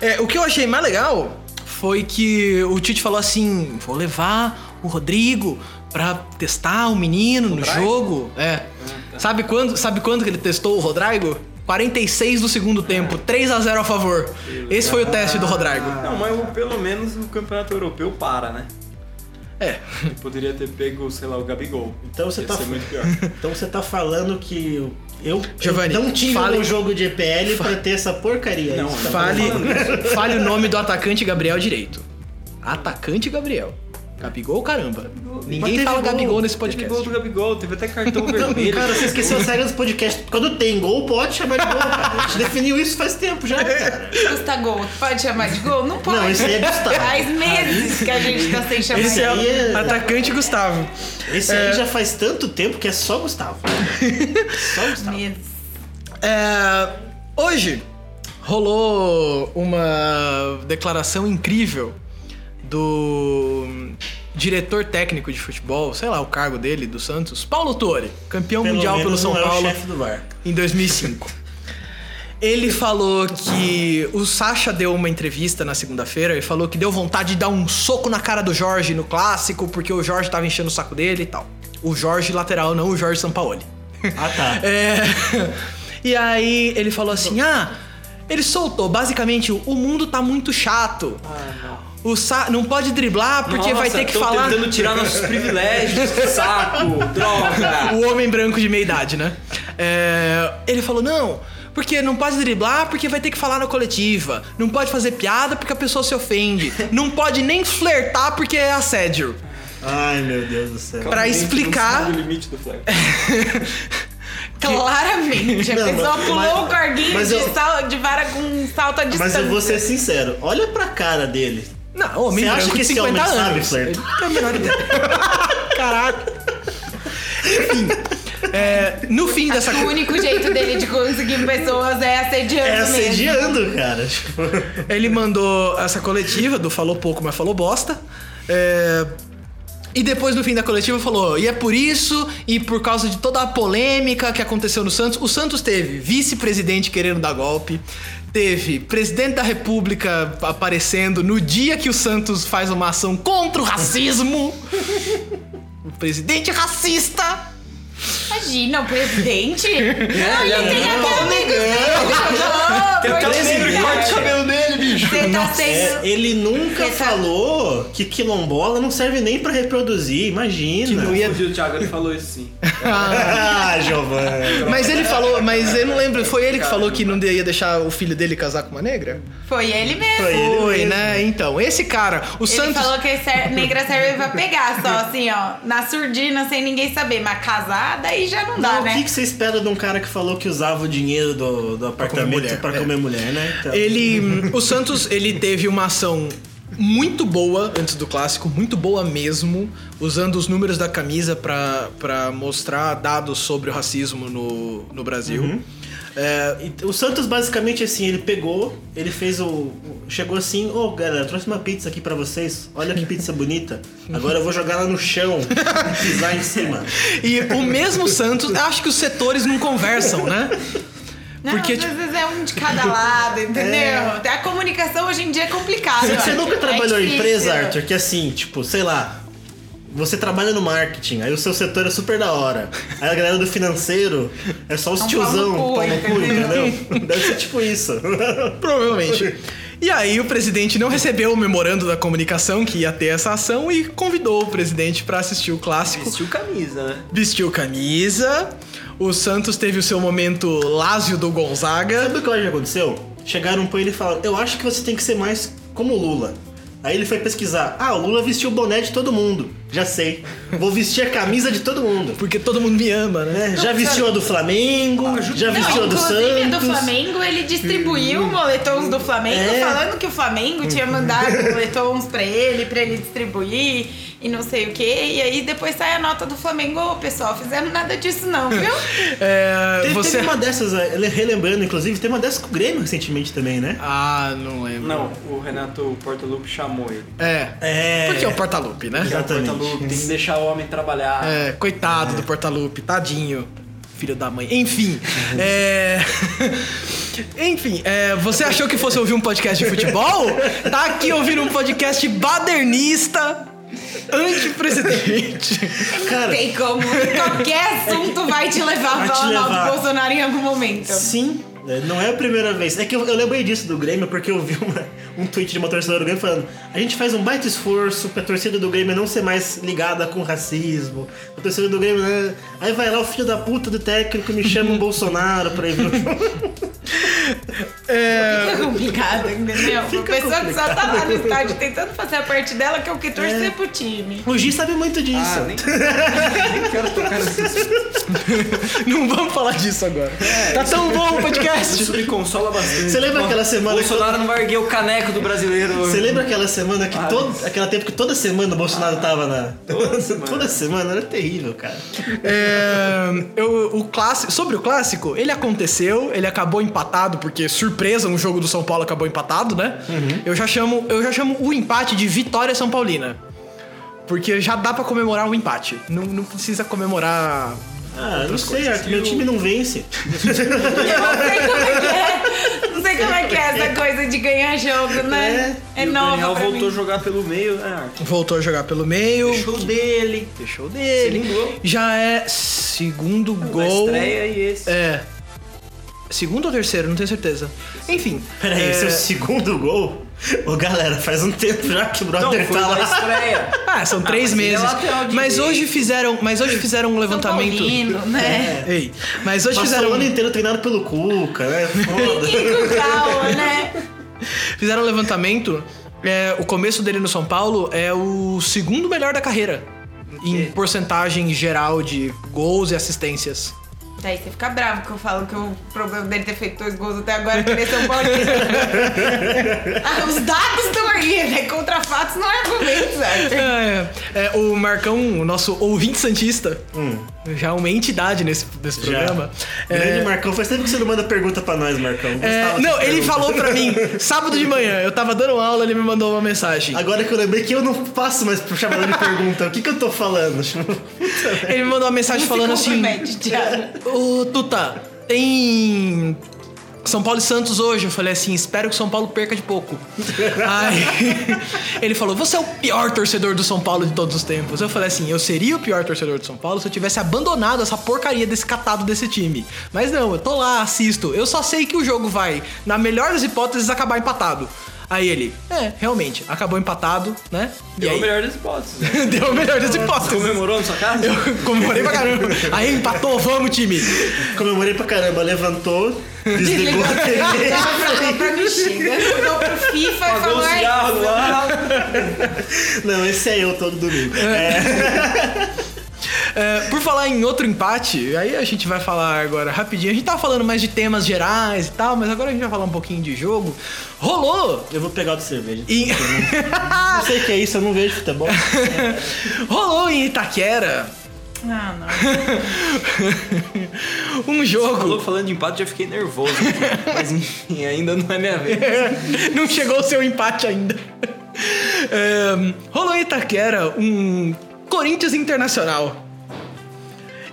Speaker 3: É, o que eu achei mais legal foi que o Tite falou assim: vou levar o Rodrigo pra testar o menino no
Speaker 1: Rodrigo?
Speaker 3: jogo. É. Sabe quando, sabe quando que ele testou o Rodrigo? 46 do segundo tempo, 3 a 0 a favor. Esse foi o teste do Rodrigo.
Speaker 1: Não, mas o- pelo menos o campeonato europeu para, né?
Speaker 3: É.
Speaker 1: Ele poderia ter pego, sei lá, o Gabigol.
Speaker 5: Então você
Speaker 1: Ia
Speaker 5: tá-
Speaker 1: ser muito
Speaker 5: *laughs*
Speaker 1: pior.
Speaker 5: Então você tá falando que eu, eu
Speaker 3: Giovanni,
Speaker 5: não tive
Speaker 3: fale-
Speaker 5: um jogo de EPL pra ter essa porcaria.
Speaker 1: Não,
Speaker 5: Isso que tá
Speaker 1: fale-
Speaker 5: falando.
Speaker 3: Fale o nome do atacante Gabriel direito. Atacante Gabriel. Gabigol, caramba. Ninguém
Speaker 5: Mas
Speaker 3: fala
Speaker 5: teve gol,
Speaker 3: Gabigol nesse
Speaker 1: Teve
Speaker 3: podcast.
Speaker 1: gol do Gabigol, teve até cartão
Speaker 5: *laughs* Não,
Speaker 1: vermelho.
Speaker 5: cara, você esqueceu
Speaker 3: *laughs*
Speaker 5: a série dos podcasts. Quando tem gol, pode chamar de gol, cara. A gente definiu isso faz tempo já, cara.
Speaker 4: Custa gol. Pode chamar de gol? Não pode.
Speaker 5: Não, isso aí é Gustavo.
Speaker 4: Faz meses que a gente tá sem chamar
Speaker 5: Esse
Speaker 4: de
Speaker 5: é
Speaker 4: gol.
Speaker 5: o-
Speaker 3: É, Atacante Gustavo.
Speaker 5: Esse
Speaker 3: É.
Speaker 5: aí já faz tanto tempo que é só Gustavo. Só
Speaker 3: *laughs*
Speaker 5: Gustavo.
Speaker 4: Meses.
Speaker 3: É, hoje rolou uma declaração incrível do diretor técnico de futebol, sei lá o cargo dele, do Santos, Paulo Tuori, campeão mundial pelo
Speaker 5: menos
Speaker 3: São
Speaker 5: não é o
Speaker 3: Paulo
Speaker 5: chefe do bar.
Speaker 3: em 2005. Ele falou que o Sacha deu uma entrevista na segunda-feira e falou que deu vontade de dar um soco na cara do Jorge no clássico porque o Jorge tava enchendo o saco dele e tal. O Jorge lateral, não o Jorge Sampaoli.
Speaker 5: Ah, tá.
Speaker 3: É. *laughs* E aí ele falou assim: ah, ele soltou. Basicamente, o mundo tá muito chato. O Sa não pode driblar porque vai ter que
Speaker 1: tão
Speaker 3: falar.
Speaker 1: tentando tirar nossos
Speaker 5: *laughs*
Speaker 1: privilégios, que saco, droga.
Speaker 3: *laughs* O homem branco de meia idade, né? É, ele falou: não, porque não pode driblar porque vai ter que falar na coletiva. Não pode fazer piada porque a pessoa se ofende. Não pode nem flertar porque é assédio.
Speaker 5: Ai, meu Deus do céu.
Speaker 3: Pra
Speaker 1: Alguém que não
Speaker 3: explicar-
Speaker 1: sabe o limite do
Speaker 5: *laughs*
Speaker 1: Flamengo.
Speaker 4: Claramente. A
Speaker 5: Não,
Speaker 4: pessoa
Speaker 5: mas-
Speaker 4: pulou
Speaker 5: mas-
Speaker 4: o carguinho
Speaker 5: mas
Speaker 4: de,
Speaker 5: eu-
Speaker 4: sal- de vara com um salto à
Speaker 5: Mas
Speaker 4: distância.
Speaker 5: eu vou ser sincero. Olha pra cara dele.
Speaker 3: Não, homem
Speaker 5: Você acha
Speaker 3: branco
Speaker 5: que
Speaker 3: de
Speaker 5: esse
Speaker 3: 50
Speaker 5: homem
Speaker 3: anos.
Speaker 5: sabe flertar?
Speaker 3: Ele tem a menor ideia. *laughs* Caraca. Enfim. é, no fim dessa
Speaker 4: O
Speaker 3: co-
Speaker 4: único jeito dele de conseguir pessoas é assediando.
Speaker 5: É
Speaker 4: mesmo.
Speaker 5: assediando, cara. Tipo,
Speaker 3: ele mandou essa coletiva do falou pouco, mas falou bosta. É, e depois no fim da coletiva falou: "E é por isso e por causa de toda a polêmica que aconteceu no Santos, o Santos teve vice-presidente querendo dar golpe, teve presidente da República aparecendo no dia que o Santos faz uma ação contra o racismo. *laughs* o presidente racista
Speaker 4: Imagina, o
Speaker 5: *laughs*
Speaker 4: presidente. Não,
Speaker 1: já
Speaker 4: ele tem
Speaker 1: não.
Speaker 4: até amigos
Speaker 5: é.
Speaker 4: dele.
Speaker 1: Tem até um negro que corta o cabelo dele, bicho.
Speaker 4: Você tá sendo...
Speaker 5: é, ele nunca
Speaker 4: Você tá-
Speaker 5: falou que quilombola não serve nem pra reproduzir, imagina. *laughs*
Speaker 1: O Thiago ele falou isso sim.
Speaker 5: Ah, Giovanni.
Speaker 3: Mas ele falou, mas eu não lembro, foi ele que falou que não ia deixar o filho dele casar com uma negra?
Speaker 4: Foi ele mesmo.
Speaker 5: Foi ele
Speaker 3: *laughs* Foi,
Speaker 5: mesmo.
Speaker 3: né? Então, esse cara, o
Speaker 4: Ele
Speaker 3: Santos.
Speaker 4: falou que a ser- negra serve pra pegar, só assim, ó, na surdina, sem ninguém saber. Mas casada aí já não dá,
Speaker 5: Não,
Speaker 4: né?
Speaker 5: O que, que você espera de um cara que falou que usava o dinheiro do, do apartamento
Speaker 3: mulher,
Speaker 5: pra
Speaker 3: é.
Speaker 5: comer mulher, né? Então,
Speaker 3: Ele. O Santos, ele teve uma ação muito boa antes do clássico, muito boa mesmo, usando os números da camisa pra pra mostrar dados sobre o racismo no, no Brasil.
Speaker 5: Uhum.
Speaker 3: É,
Speaker 5: E O Santos basicamente assim, ele pegou, ele fez o. o- Chegou assim, ô galera, trouxe uma pizza aqui pra vocês. Olha que pizza bonita. Agora eu vou jogar ela no chão e pisar em cima.
Speaker 3: e o mesmo Santos, acho que os setores não conversam, né?
Speaker 4: Não,
Speaker 3: Porque,
Speaker 4: às
Speaker 3: tipo-
Speaker 4: vezes é um de
Speaker 5: *laughs*
Speaker 4: cada lado, entendeu? A comunicação hoje em dia é complicada. eu
Speaker 5: É. Você
Speaker 4: acho.
Speaker 5: nunca
Speaker 4: É
Speaker 5: trabalhou em
Speaker 4: difícil.
Speaker 5: empresa, Arthur, que assim, tipo, sei lá. Você trabalha no marketing, aí o seu setor é super da hora. Aí a galera do financeiro é só os
Speaker 4: É um
Speaker 5: tiozão
Speaker 4: pau no cu,
Speaker 5: pau no cu,
Speaker 4: entendeu?
Speaker 5: entendeu? Deve ser tipo
Speaker 4: *laughs*
Speaker 5: isso.
Speaker 3: Provavelmente. E aí o presidente não recebeu o memorando da comunicação que ia ter essa ação e convidou o presidente pra assistir o clássico.
Speaker 1: Vestiu camisa, né?
Speaker 3: Vestiu camisa. O Santos teve o seu momento Lázio do Gonzaga.
Speaker 5: Sabe o que eu acho que aconteceu? Chegaram pra ele e falaram: Eu acho que você tem que ser mais como o Lula. Aí ele foi pesquisar: Ah, o Lula vestiu o boné de todo mundo. Já sei. Vou vestir a camisa de todo mundo.
Speaker 3: Porque todo mundo me ama, né?
Speaker 5: É, já vestiu a do Flamengo, já
Speaker 4: Não,
Speaker 5: vestiu a do
Speaker 4: inclusive é do
Speaker 5: Santos.
Speaker 4: Flamengo, ele distribuiu moletons do Flamengo,
Speaker 5: É.
Speaker 4: falando que o Flamengo
Speaker 5: *laughs*
Speaker 4: tinha mandado moletons pra ele, pra ele distribuir e não sei o quê. E aí depois sai a nota do Flamengo, ô pessoal, fizeram nada disso não,
Speaker 5: *laughs*
Speaker 4: viu?
Speaker 3: É,
Speaker 5: Teve,
Speaker 3: você.
Speaker 5: teve uma dessas, eh, relembrando, inclusive, teve uma dessas com o Grêmio recentemente também, né?
Speaker 3: Ah, não lembro.
Speaker 1: Não, o Renato Portaluppi chamou ele.
Speaker 3: É.
Speaker 5: É.
Speaker 3: Porque é o Portalupe, né?
Speaker 5: Já-
Speaker 1: Portaluppi,
Speaker 5: Exatamente.
Speaker 1: tem que deixar o homem trabalhar.
Speaker 3: É, coitado do Portalupe, tadinho. Filho da mãe. Enfim. é... *laughs* Enfim, é, você achou que fosse ouvir um podcast de futebol? Tá aqui ouvindo um podcast badernista, antipresidente.
Speaker 5: Cara,
Speaker 4: Tem como. Qualquer assunto vai te levar
Speaker 5: Vai
Speaker 4: a
Speaker 5: te
Speaker 4: falar mal
Speaker 5: levar.
Speaker 4: do Bolsonaro em algum momento.
Speaker 5: Sim, é, não é a primeira vez. É que eu, eu lembrei disso do Grêmio porque eu vi uma- um tweet de uma torcedora do Grêmio falando: a gente faz um baita esforço pra torcida do Grêmio não ser mais ligada com racismo. A torcida do Grêmio, né? Aí vai lá o filho da puta
Speaker 3: *laughs*
Speaker 5: do técnico me chama um Bolsonaro pra ir pro jogo.
Speaker 4: O que complicado, entendeu? Uma
Speaker 5: Fica
Speaker 4: pessoa que só tá lá no
Speaker 5: complicado.
Speaker 4: estádio tentando fazer a parte dela, que é o que torcer pro time.
Speaker 5: O Gi sabe muito disso.
Speaker 1: Ah, nem, nem quero tocar
Speaker 5: *laughs*
Speaker 1: nesse assunto.
Speaker 3: *laughs* Não vamos falar disso agora. tá tão bom o podcast.
Speaker 1: É, Isso me consola bastante.
Speaker 5: Você lembra aquela semana que
Speaker 1: Bolsonaro não vai erguer o caneco do brasileiro.
Speaker 5: Você lembra aquela semana que
Speaker 1: Ah,
Speaker 5: todo. Aquela tempo que toda semana o Bolsonaro tava na. *laughs* Toda
Speaker 1: semana.
Speaker 5: semana, era terrível, cara.
Speaker 3: É, eu- o clássico, sobre o clássico, ele aconteceu, ele acabou empatado, porque surpresa, um jogo do São Paulo acabou empatado, né?
Speaker 1: Uhum.
Speaker 3: Eu, já chamo, eu já chamo o empate de vitória São Paulina. Porque já dá pra comemorar um empate. Não, não precisa comemorar.
Speaker 5: Ah, não sei, Arthur, meu time não vence.
Speaker 4: Eu não sei como é que é. Não sei como é que é essa coisa de ganhar jogo, né? É,
Speaker 1: E o
Speaker 4: nova
Speaker 1: Daniel
Speaker 4: pra
Speaker 1: voltou a
Speaker 4: mim.
Speaker 1: jogar pelo meio. Ah,
Speaker 3: Voltou a jogar pelo meio.
Speaker 1: show dele.
Speaker 3: Deixou dele.
Speaker 1: Segundo gol.
Speaker 3: Já é segundo
Speaker 1: Da
Speaker 3: gol.
Speaker 1: estreia e esse.
Speaker 3: É. Segundo ou terceiro, não tenho certeza. Enfim.
Speaker 5: Peraí,
Speaker 3: é...
Speaker 5: seu segundo gol? Ô galera, faz um tempo já que o
Speaker 1: Não,
Speaker 5: brother
Speaker 1: foi da
Speaker 5: tá lá.
Speaker 1: estreia.
Speaker 3: Ah, são três
Speaker 1: mas ele é
Speaker 3: meses.
Speaker 1: lateral
Speaker 3: Mas
Speaker 1: direito.
Speaker 3: hoje fizeram, mas hoje fizeram um
Speaker 4: São
Speaker 3: levantamento.
Speaker 4: Paulino, né?
Speaker 1: É.
Speaker 3: Ei, mas hoje
Speaker 5: Passou
Speaker 3: fizeram,
Speaker 5: o ano inteiro treinado pelo Cuca, né? Foda.
Speaker 4: E com calma, né?
Speaker 3: fizeram um levantamento. é, o começo dele no São Paulo é o segundo melhor da carreira em porcentagem geral de gols e assistências.
Speaker 4: Daí você fica bravo que eu falo que o problema dele ter feito dois gols até agora é que ele é São Paulo.
Speaker 1: *laughs*
Speaker 4: ah, os dados estão aí, né? Contra fatos não é né? argumento, certo?
Speaker 3: É, é, o Marcão, o nosso ouvinte santista, já é uma entidade nesse, nesse
Speaker 5: Já.
Speaker 3: programa.
Speaker 5: Grande Marcão, faz tempo que você não manda pergunta pra nós, Marcão.
Speaker 3: É,
Speaker 5: Gostava
Speaker 3: não,
Speaker 5: dessa
Speaker 3: ele
Speaker 5: pergunta.
Speaker 3: falou pra mim, sábado de manhã, eu tava dando aula, ele me mandou uma mensagem.
Speaker 5: Agora que eu lembrei que eu não passo mais pro chamado de pergunta, o que que eu tô falando? *laughs* Puta,
Speaker 3: Ele me mandou uma mensagem falando
Speaker 4: Não se
Speaker 3: assim:
Speaker 4: compromete, Thiago.
Speaker 3: Ô, Tuta, tem São Paulo e Santos hoje. Eu falei assim, espero que São Paulo perca de pouco. Aí *laughs* ele falou, você é o pior torcedor do São Paulo de todos os tempos. Eu falei assim, eu seria o pior torcedor do São Paulo se eu tivesse abandonado essa porcaria desse catado desse time. Mas não, eu tô lá, assisto. Eu só sei que o jogo vai, na melhor das hipóteses, acabar empatado. Aí ele, é, realmente, acabou empatado, né? E
Speaker 1: Deu É o
Speaker 3: aí,
Speaker 1: melhor das hipóteses. né?
Speaker 3: *laughs* deu a melhor das hipóteses.
Speaker 1: Comemorou na sua casa?
Speaker 3: Eu comemorei pra caramba. Aí empatou, vamos, time.
Speaker 5: comemorei pra caramba, levantou, desligou a TV. *laughs*
Speaker 4: Deixa pra lá pra mim, chega. Mudou pro FIFA e
Speaker 1: Pagou o
Speaker 4: falou "Ai,
Speaker 1: cigarro no ar.
Speaker 5: Não, esse é eu todo domingo.
Speaker 3: É, por falar em outro empate, aí a gente vai falar agora rapidinho. A gente tava falando mais de temas gerais e tal, mas agora a gente vai falar um pouquinho de jogo. Rolou!
Speaker 5: Eu vou pegar outra cerveja.
Speaker 3: Em... *laughs* Ah.
Speaker 5: Não sei o que é isso, eu não vejo futebol.
Speaker 3: Rolou em Itaquera
Speaker 4: Ah, não.
Speaker 3: um
Speaker 1: Falou
Speaker 3: jogo.
Speaker 1: falando de empate, já fiquei nervoso. *laughs* aqui. Mas enfim, ainda não é minha vez.
Speaker 3: Não chegou o seu empate ainda. É, rolou em Itaquera um Corinthians Internacional.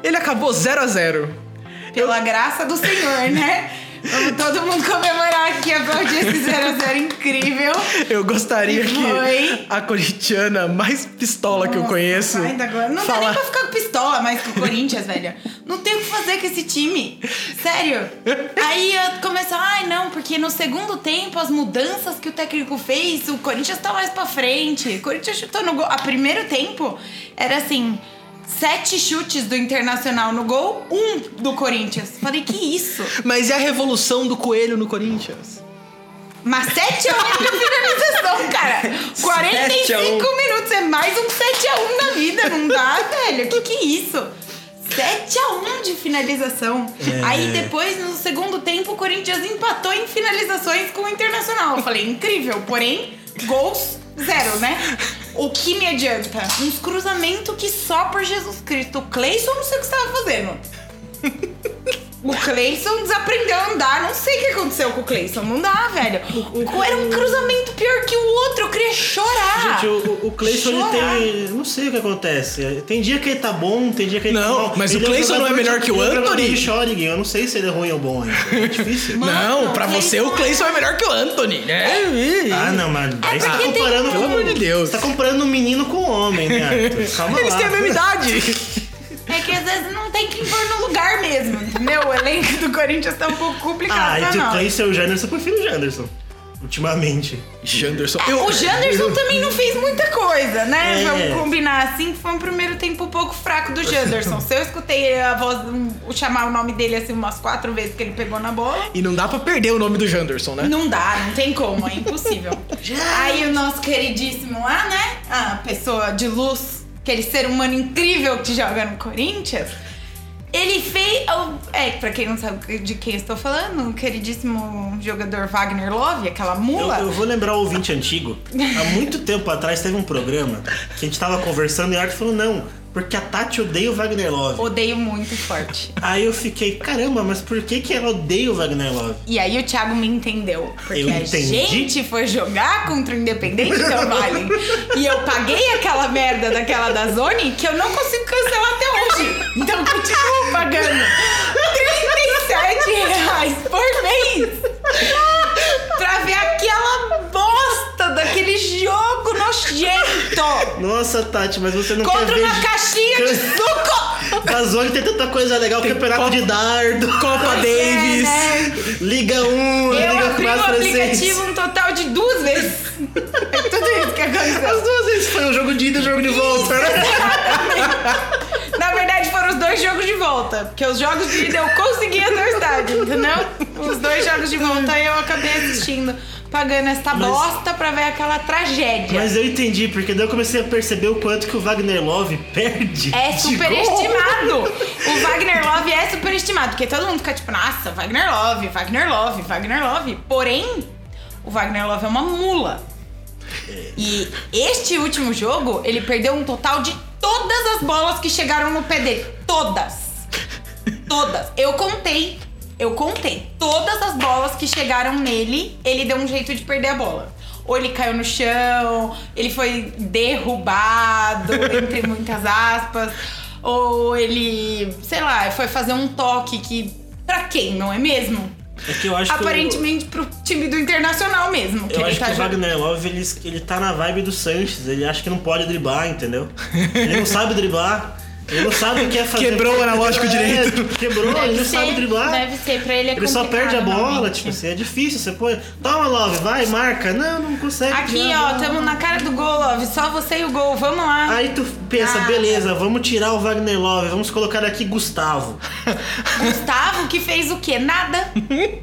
Speaker 3: Ele acabou 0 a 0
Speaker 4: Pela graça do Senhor, né? Vamos todo mundo comemorar aqui aplaudir esse 0x0 incrível.
Speaker 3: *laughs* Eu gostaria
Speaker 4: E
Speaker 3: que
Speaker 4: foi.
Speaker 3: a corintiana mais pistola que eu
Speaker 4: Nossa,
Speaker 3: conheço.
Speaker 4: ainda agora. Não dá nem pra ficar com pistola mais que o Corinthians, velho. Não tem o que fazer com esse time. Sério. Aí eu começo, ai não, porque no segundo tempo, as mudanças que o técnico fez, o Corinthians tá mais pra frente. O Corinthians chutou no gol. A primeiro tempo era assim. Sete chutes do Internacional no gol, um do Corinthians. Falei, que isso?
Speaker 3: Mas e a revolução do coelho no Corinthians?
Speaker 4: Mas 7 a 1 de finalização, cara. 45
Speaker 1: Sete a um.
Speaker 4: minutos é mais um 7 a 1 na vida, não dá, velho? Que que é isso? 7 a 1 de finalização. Aí depois, no segundo tempo, o Corinthians empatou em finalizações com o Internacional. Eu falei, incrível, porém, gols zero, né? O que me adianta? Uns cruzamentos que só por Jesus Cristo. O Cleison, não sei o que estava fazendo. O Cleison desaprendeu a andar. Não sei o que aconteceu com o Cleison. Não dá, velho. O- Era um cruzamento pior que o outro. Eu queria chorar.
Speaker 3: Ah.
Speaker 5: Gente, o, o Cleison, ele tem. Não sei o que acontece. Tem dia que ele tá bom, tem dia que ele
Speaker 3: Não,
Speaker 5: tá mal.
Speaker 3: mas
Speaker 5: Ele
Speaker 3: o Cleison não é
Speaker 5: jogador
Speaker 3: melhor
Speaker 5: de-
Speaker 3: que o
Speaker 5: ele é jogador
Speaker 3: Anthony?
Speaker 5: de Schrödinger, Eu não sei se ele é ruim ou bom ainda. É difícil.
Speaker 4: Mano, É,
Speaker 3: não, pra
Speaker 4: o
Speaker 3: você o Cleison é melhor que o Anthony, né?
Speaker 5: Ah, não, mas aí você tá
Speaker 4: porque tem-
Speaker 5: comparando
Speaker 3: Pelo
Speaker 5: com.
Speaker 3: amor de Deus.
Speaker 5: Você tá comparando um menino com um homem, né?
Speaker 3: *laughs*
Speaker 5: Arthur? Calma
Speaker 3: Eles
Speaker 5: lá.
Speaker 3: têm a mesma idade.
Speaker 4: É que às vezes não tem que impor no lugar mesmo. Meu, o elenco do Corinthians tá um pouco complicado
Speaker 5: Ah,
Speaker 4: pra
Speaker 5: entre o
Speaker 4: nós.
Speaker 5: Cleison e o Janderson, eu prefiro o Janderson. ultimamente.
Speaker 3: Janderson.
Speaker 4: É, O
Speaker 3: *laughs*
Speaker 4: Janderson também não fez muita coisa, né?
Speaker 5: É.
Speaker 4: Vamos combinar assim, que foi um primeiro tempo um pouco fraco do
Speaker 5: *laughs*
Speaker 4: Janderson. Se eu escutei a voz, um, o chamar o nome dele assim umas quatro vezes que ele pegou na bola,
Speaker 3: E não dá pra perder o nome do Janderson, né?
Speaker 4: não dá, não tem como, é impossível. Aí o nosso queridíssimo lá, né? A pessoa de luz, aquele ser humano incrível que joga no Corinthians. Ele fez. É, pra quem não sabe de quem eu estou falando, o queridíssimo jogador Wagner Love, aquela
Speaker 5: Eu,
Speaker 4: mula.
Speaker 5: eu vou lembrar o ouvinte antigo. Há muito tempo atrás teve um programa que a gente tava conversando e a Arte falou: não, porque a Tati odeia o Wagner Love.
Speaker 4: Odeio muito forte.
Speaker 5: Aí eu fiquei, caramba, mas por que, que ela odeia o Wagner Love?
Speaker 4: E aí o Thiago me entendeu. Porque
Speaker 5: Eu
Speaker 4: a
Speaker 5: entendi.
Speaker 4: gente foi jogar contra o Independente Del Valle. e eu paguei aquela merda daquela da Zone que eu não consigo cancelar até hoje. Então eu continuo pagando 37 reais por mês pra ver aquela bosta daquele jogo nojento.
Speaker 5: Nossa, Tati, mas você não quer
Speaker 4: Contra
Speaker 5: ver.
Speaker 4: uma caixinha de suco!
Speaker 5: Casone tem tanta coisa legal, campeonato
Speaker 3: Copa-
Speaker 5: de dardo, *laughs*
Speaker 3: Copa
Speaker 4: É,
Speaker 3: Davis.
Speaker 4: né?
Speaker 5: Liga 1,
Speaker 4: Eu
Speaker 5: Liga
Speaker 4: abri o
Speaker 5: 4
Speaker 4: aplicativo
Speaker 5: francês.
Speaker 4: um total de duas vezes. É tudo isso que
Speaker 5: As
Speaker 4: aconteceu.
Speaker 5: duas vezes foi um jogo de ida e um jogo de volta, né?
Speaker 4: Na verdade, foram os dois jogos de volta. Porque os jogos de ida eu consegui até o estádio, entendeu? Os dois jogos de volta eu acabei assistindo, pagando essa
Speaker 5: Mas-
Speaker 4: bosta pra ver aquela tragédia.
Speaker 5: Mas eu entendi, porque daí eu comecei a perceber o quanto que o Wagner Love perde.
Speaker 4: É
Speaker 5: de gol.
Speaker 4: superestimado. O Wagner Love é superestimado, porque todo mundo fica tipo, nossa, Wagner Love, Wagner Love, Wagner Love. Porém, o Wagner Love é uma mula.
Speaker 5: É.
Speaker 4: E este último jogo, ele perdeu um total de todas as bolas que chegaram no pé dele. Todas. Todas. Eu contei. Eu contei. Todas as bolas que chegaram nele, ele deu um jeito de perder a bola. Ou ele caiu no chão, ele foi
Speaker 5: *laughs*
Speaker 4: derrubado, entre muitas aspas. Ou ele, sei lá, foi fazer um toque que. Pra quem, não é mesmo?
Speaker 5: É que eu acho que o-
Speaker 4: Aparentemente pro time do Internacional mesmo. Que
Speaker 5: Eu
Speaker 4: ele
Speaker 5: acho
Speaker 4: tá
Speaker 5: que o
Speaker 4: jogando.
Speaker 5: Wagner Love, ele, ele tá na vibe do Sanches. Ele acha que não pode driblar, entendeu? Ele não sabe driblar. Ele não sabe o que é fazer.
Speaker 3: Quebrou o analógico
Speaker 5: É,
Speaker 3: direito.
Speaker 5: Quebrou, ele não sabe driblar.
Speaker 4: Deve ser, pra ele é
Speaker 5: ele só
Speaker 4: complicado,
Speaker 5: perde a bola,
Speaker 4: realmente.
Speaker 5: tipo assim, é difícil. Você põe. Toma, Love, vai, marca. Não, não consegue.
Speaker 4: Aqui,
Speaker 5: driblar,
Speaker 4: ó,
Speaker 5: não.
Speaker 4: tamo na cara do gol, Love. Só você e o gol, vamos lá.
Speaker 5: Aí tu pensa,
Speaker 4: Ah.
Speaker 5: beleza, vamos tirar o Wagner Love, vamos colocar aqui Gustavo. *laughs*
Speaker 4: Gustavo que fez o quê? Nada.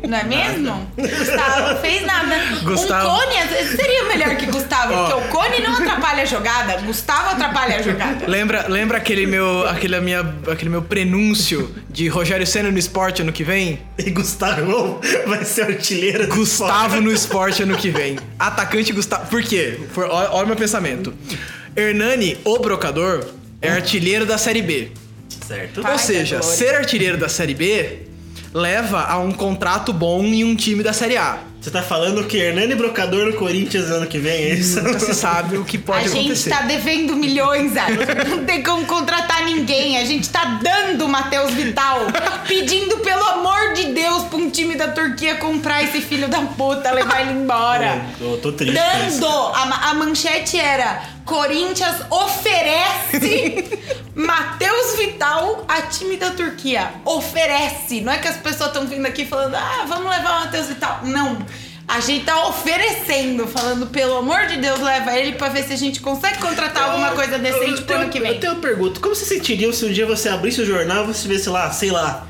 Speaker 4: Não é mesmo? Gustavo fez nada.
Speaker 3: Gustavo.
Speaker 4: Um cone às vezes, seria melhor que Gustavo,
Speaker 3: Ó.
Speaker 4: porque o cone não atrapalha a jogada, Gustavo atrapalha a jogada.
Speaker 3: Lembra, lembra aquele meu, aquele minha, aquele meu prenúncio de Rogério Senna no esporte ano que vem?
Speaker 5: E Gustavo vai ser artilheiro. do
Speaker 3: Gustavo no esporte ano que vem. Atacante Gustavo. Por quê? Por, olha, olha o meu pensamento. Hernani, o brocador, é artilheiro da Série B.
Speaker 5: esporte. Certo.
Speaker 4: Tá. Ai,
Speaker 3: Ou
Speaker 4: que
Speaker 3: seja,
Speaker 4: glória.
Speaker 3: ser artilheiro da Série B leva a um contrato bom em um time da Série A.
Speaker 5: Você tá falando que Hernani Brocador no Corinthians ano que vem, é
Speaker 3: *laughs*
Speaker 5: isso?
Speaker 3: Nunca se sabe o que
Speaker 4: A
Speaker 3: pode
Speaker 4: gente
Speaker 3: acontecer.
Speaker 4: tá devendo milhões, Ari. Não tem como contratar ninguém. A gente tá dando o Matheus Vital. Pedindo, pelo amor de Deus, pra um time da Turquia comprar esse filho da puta, levar ele embora.
Speaker 5: Eu, eu tô triste. com isso.
Speaker 4: Dando! A, ma- a manchete era: Corinthians oferece
Speaker 5: *laughs*
Speaker 4: Matheus Vital a time da Turquia. Oferece. Não é que as pessoas estão vindo aqui falando, ah, vamos levar o Matheus Vital. Não. A gente tá oferecendo, falando, pelo amor de Deus, leva ele pra ver se a gente consegue contratar alguma coisa decente
Speaker 5: Eu
Speaker 4: pro
Speaker 5: tenho-
Speaker 4: ano que vem.
Speaker 5: Eu tenho uma pergunta. Como você sentiria se um dia você abrisse o jornal e você vê, lá, sei lá...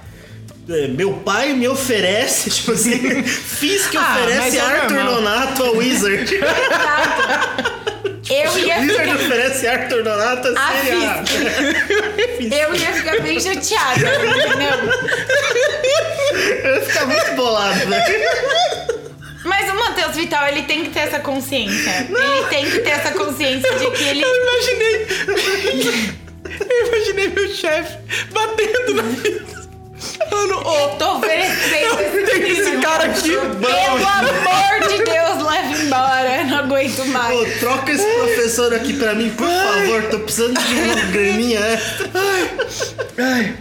Speaker 5: é, Meu pai me oferece, *laughs* tipo assim, fiz que
Speaker 3: Ah, mas
Speaker 5: oferece
Speaker 3: é
Speaker 5: Arthur
Speaker 3: normal.
Speaker 5: Nonato ao
Speaker 4: *laughs*
Speaker 5: Wizard. *laughs*
Speaker 4: Eu ia
Speaker 5: Wizard
Speaker 4: ficar.
Speaker 5: oferece Arthur Nonato
Speaker 4: é
Speaker 5: assim,
Speaker 4: Ah,
Speaker 5: a Série A.
Speaker 4: fiz. Eu ia ficar bem chateada, entendeu?
Speaker 5: Eu ia ficar ah, muito bolado, né?
Speaker 4: *laughs*
Speaker 5: velho.
Speaker 4: Mas o Matheus Vital, ele tem que ter essa consciência. Ele tem que ter essa consciência de que ele.
Speaker 3: Eu imaginei. *laughs* Eu imaginei meu chefe batendo na mesa. Falando, ô,
Speaker 4: Tô é oferecendo
Speaker 3: eu tenho
Speaker 4: esse é
Speaker 3: esse
Speaker 4: filho.
Speaker 3: cara aqui.
Speaker 4: Pelo amor de Deus, leva embora. Eu não aguento mais.
Speaker 5: Ô, troca esse professor aqui pra mim, por favor.
Speaker 4: *laughs*
Speaker 5: é. Tô precisando de uma graninha.
Speaker 4: *laughs*
Speaker 3: Ai.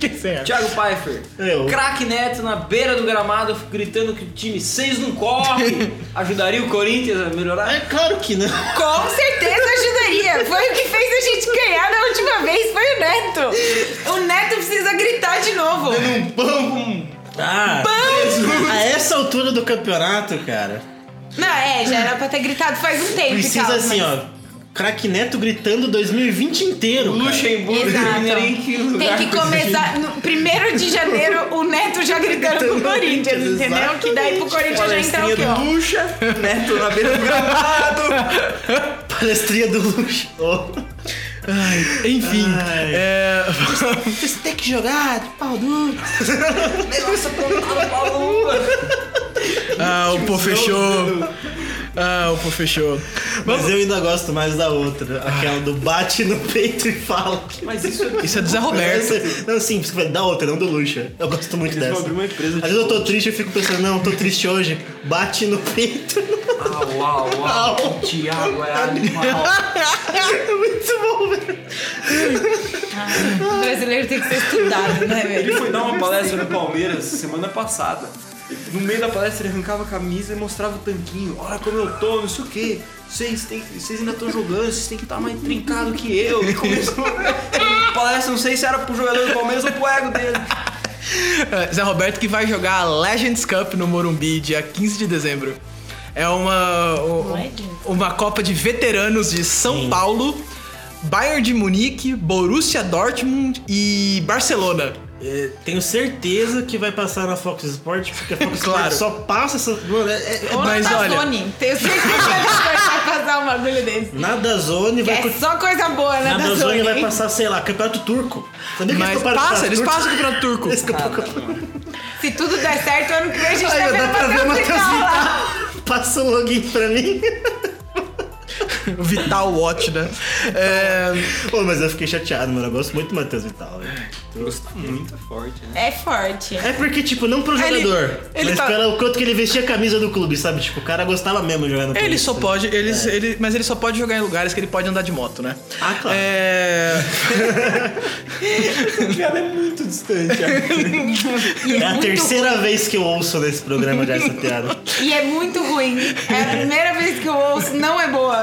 Speaker 3: Quem será?
Speaker 6: Thiago Pfeiffer.
Speaker 5: Eu.
Speaker 6: Craque Neto na beira do gramado gritando que o time 6 não corre. Ajudaria o Corinthians a melhorar?
Speaker 5: É claro que não.
Speaker 4: Com certeza ajudaria. Foi o que fez a gente ganhar da última vez, foi o Neto. O Neto precisa gritar de novo.
Speaker 5: Ah, a essa altura do campeonato, cara,
Speaker 4: Não, é, já era pra ter gritado faz um tempo. e
Speaker 5: precisa
Speaker 4: tal,
Speaker 5: assim,
Speaker 4: mas-
Speaker 5: ó. Craque Neto gritando 2020 inteiro. cara.
Speaker 6: Luxemburgo
Speaker 4: Exato.
Speaker 6: não em que lugar
Speaker 4: Tem que começar. No primeiro de janeiro, o Neto já gritando pro Corinthians, entendeu? Que daí pro Corinthians já entra o quê? ó?
Speaker 6: Luxa, Neto na beira do gramado.
Speaker 5: Palestrinha do Luxo.
Speaker 3: Enfim,
Speaker 5: Ai.
Speaker 3: é,
Speaker 5: Você tem que jogar de pau duro.
Speaker 6: Negócio apontado pra lua.
Speaker 3: ah, o Pô fechou. Ah, o Pô fechou.
Speaker 5: Mas eu ainda gosto mais da outra. Aquela do bate no peito e fala.
Speaker 6: Mas isso
Speaker 3: Isso é do Zé Roberto.
Speaker 5: Essa- Não, sim, desculpa, da outra, não do Luxa. Eu gosto muito dessa.
Speaker 6: vão abrir uma empresa de
Speaker 5: Às vezes eu tô triste e fico pensando, não, tô triste hoje. Bate no peito.
Speaker 6: Au, au, au. O Thiago é animal.
Speaker 5: É muito bom, velho.
Speaker 4: O brasileiro tem que ser estudado, né,
Speaker 6: Ele
Speaker 4: velho?
Speaker 6: foi dar uma palestra no Palmeiras semana passada. No meio da palestra ele arrancava a camisa e mostrava o tanquinho. Olha como eu tô, não sei o quê. Vocês, têm, vocês ainda estão jogando, vocês têm que estar mais trincado que eu. E começou a palestra, não sei se era pro jogador do Palmeiras ou pro ego dele.
Speaker 3: É, Zé Roberto que vai jogar a Legends Cup no Morumbi dia 15 de dezembro. É uma o-
Speaker 4: Legends?
Speaker 3: uma Copa de veteranos de São Paulo, Bayern de Munique, Borussia Dortmund e Barcelona.
Speaker 5: É, Tenho certeza que vai passar na Fox Sports, porque
Speaker 6: *laughs*
Speaker 5: a Fox
Speaker 3: Claro.
Speaker 5: Sports só passa essa. Mano, é- é-
Speaker 4: Ou na
Speaker 3: Mas olha-
Speaker 4: Tazone. Tenho certeza que vai passar um bagulho desse.
Speaker 5: nada Zone vai.
Speaker 4: É
Speaker 5: co-
Speaker 4: só coisa boa, né,
Speaker 5: Nada Zone
Speaker 4: Tazone?
Speaker 5: vai passar, sei lá, Campeonato Turco. Sabia que
Speaker 3: Mas
Speaker 5: eles comparam
Speaker 3: passa,
Speaker 5: o
Speaker 3: eles
Speaker 5: Campeonato
Speaker 3: passam o Campeonato Turco.
Speaker 5: Turco? Eles comparam o
Speaker 3: tá.
Speaker 4: Se tudo der certo, ano que vem a gente tá
Speaker 5: Aí, ó, dá
Speaker 4: vendo
Speaker 5: pra ver o
Speaker 4: Matheus
Speaker 5: Matheus
Speaker 4: Vital lá.
Speaker 5: Vital. Passa o login pra mim.
Speaker 3: *laughs*
Speaker 5: *laughs*
Speaker 3: Vital Watch, né? É,
Speaker 5: Pô, mas eu fiquei chateado, mano. Eu gosto muito do Matheus Vital, velho.
Speaker 6: Muito forte, né?
Speaker 4: É forte.
Speaker 5: É porque, tipo, não pro jogador.
Speaker 3: ele
Speaker 5: mas
Speaker 3: tá-
Speaker 5: pelo quanto que ele vestia a camisa do clube, sabe? Tipo, o cara gostava mesmo de jogar no clube.
Speaker 3: ele só pode, eles, ele, mas ele só pode jogar em lugares que ele pode andar de moto, né?
Speaker 5: Ah, claro.
Speaker 3: É, é
Speaker 5: É a
Speaker 3: *laughs*
Speaker 5: terceira vez que eu ouço nesse programa já essa piada.
Speaker 4: E é muito ruim. É a primeira vez que eu ouço, não é boa.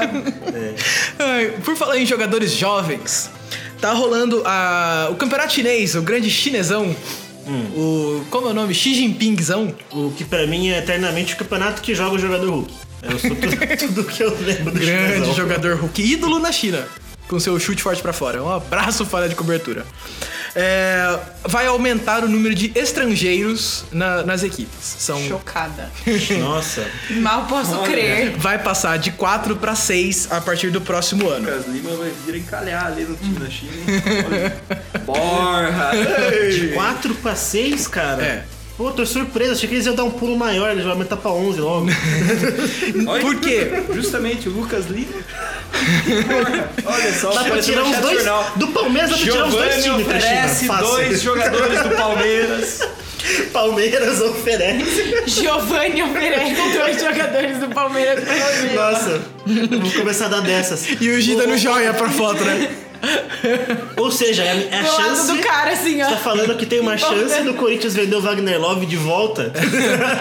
Speaker 3: Ai, Por falar em jogadores jovens, tá rolando a- o campeonato chinês, o grande chinesão. O. Como é o nome? Xi Jinpingzão.
Speaker 5: O que pra mim é eternamente o campeonato que joga o jogador Hulk. Eu sou tudo, *laughs* tudo que eu lembro do
Speaker 3: Grande
Speaker 5: chinesão.
Speaker 3: jogador Hulk, ídolo na China. Com seu chute forte pra fora. Um abraço fora de cobertura. É, vai aumentar o número de estrangeiros na- nas equipes. São,
Speaker 4: Chocada.
Speaker 5: Nossa.
Speaker 4: Mal posso crer.
Speaker 3: vai passar de 4 pra 6 a partir do próximo ano.
Speaker 6: Lucas Lima vai vir encalhar ali no time da China. hein? Olha. Borra!
Speaker 5: 4 pra 6, cara?
Speaker 3: É.
Speaker 5: Pô, tô surpreso. Achei que eles iam dar um pulo maior. Eles vão aumentar pra 11 logo.
Speaker 6: Olha.
Speaker 3: Por quê?
Speaker 6: Justamente o Lucas Lima. Borra. Olha só,
Speaker 5: Dá pra
Speaker 6: apareceu
Speaker 5: tirar
Speaker 6: no
Speaker 5: uns
Speaker 6: chat
Speaker 5: dois...
Speaker 6: jornal.
Speaker 5: Do Palmeiras dá pra tirar uns
Speaker 6: Giovanni
Speaker 5: dois times pra
Speaker 6: oferece
Speaker 5: China. Fácil.
Speaker 6: dois jogadores do
Speaker 3: *laughs*
Speaker 6: Palmeiras.
Speaker 5: *laughs* Palmeiras oferece.
Speaker 4: Giovanni oferece dois jogadores do Palmeiras pra você.
Speaker 5: Nossa. Vou começar a dar dessas.
Speaker 3: E o Gi dando joia pra foto, né?
Speaker 5: Ou seja, é é a
Speaker 4: Do lado
Speaker 5: chance...
Speaker 4: do cara, assim,
Speaker 5: Tá
Speaker 4: ó.
Speaker 5: falando que tem uma chance do Corinthians vender o Wagner Love de volta?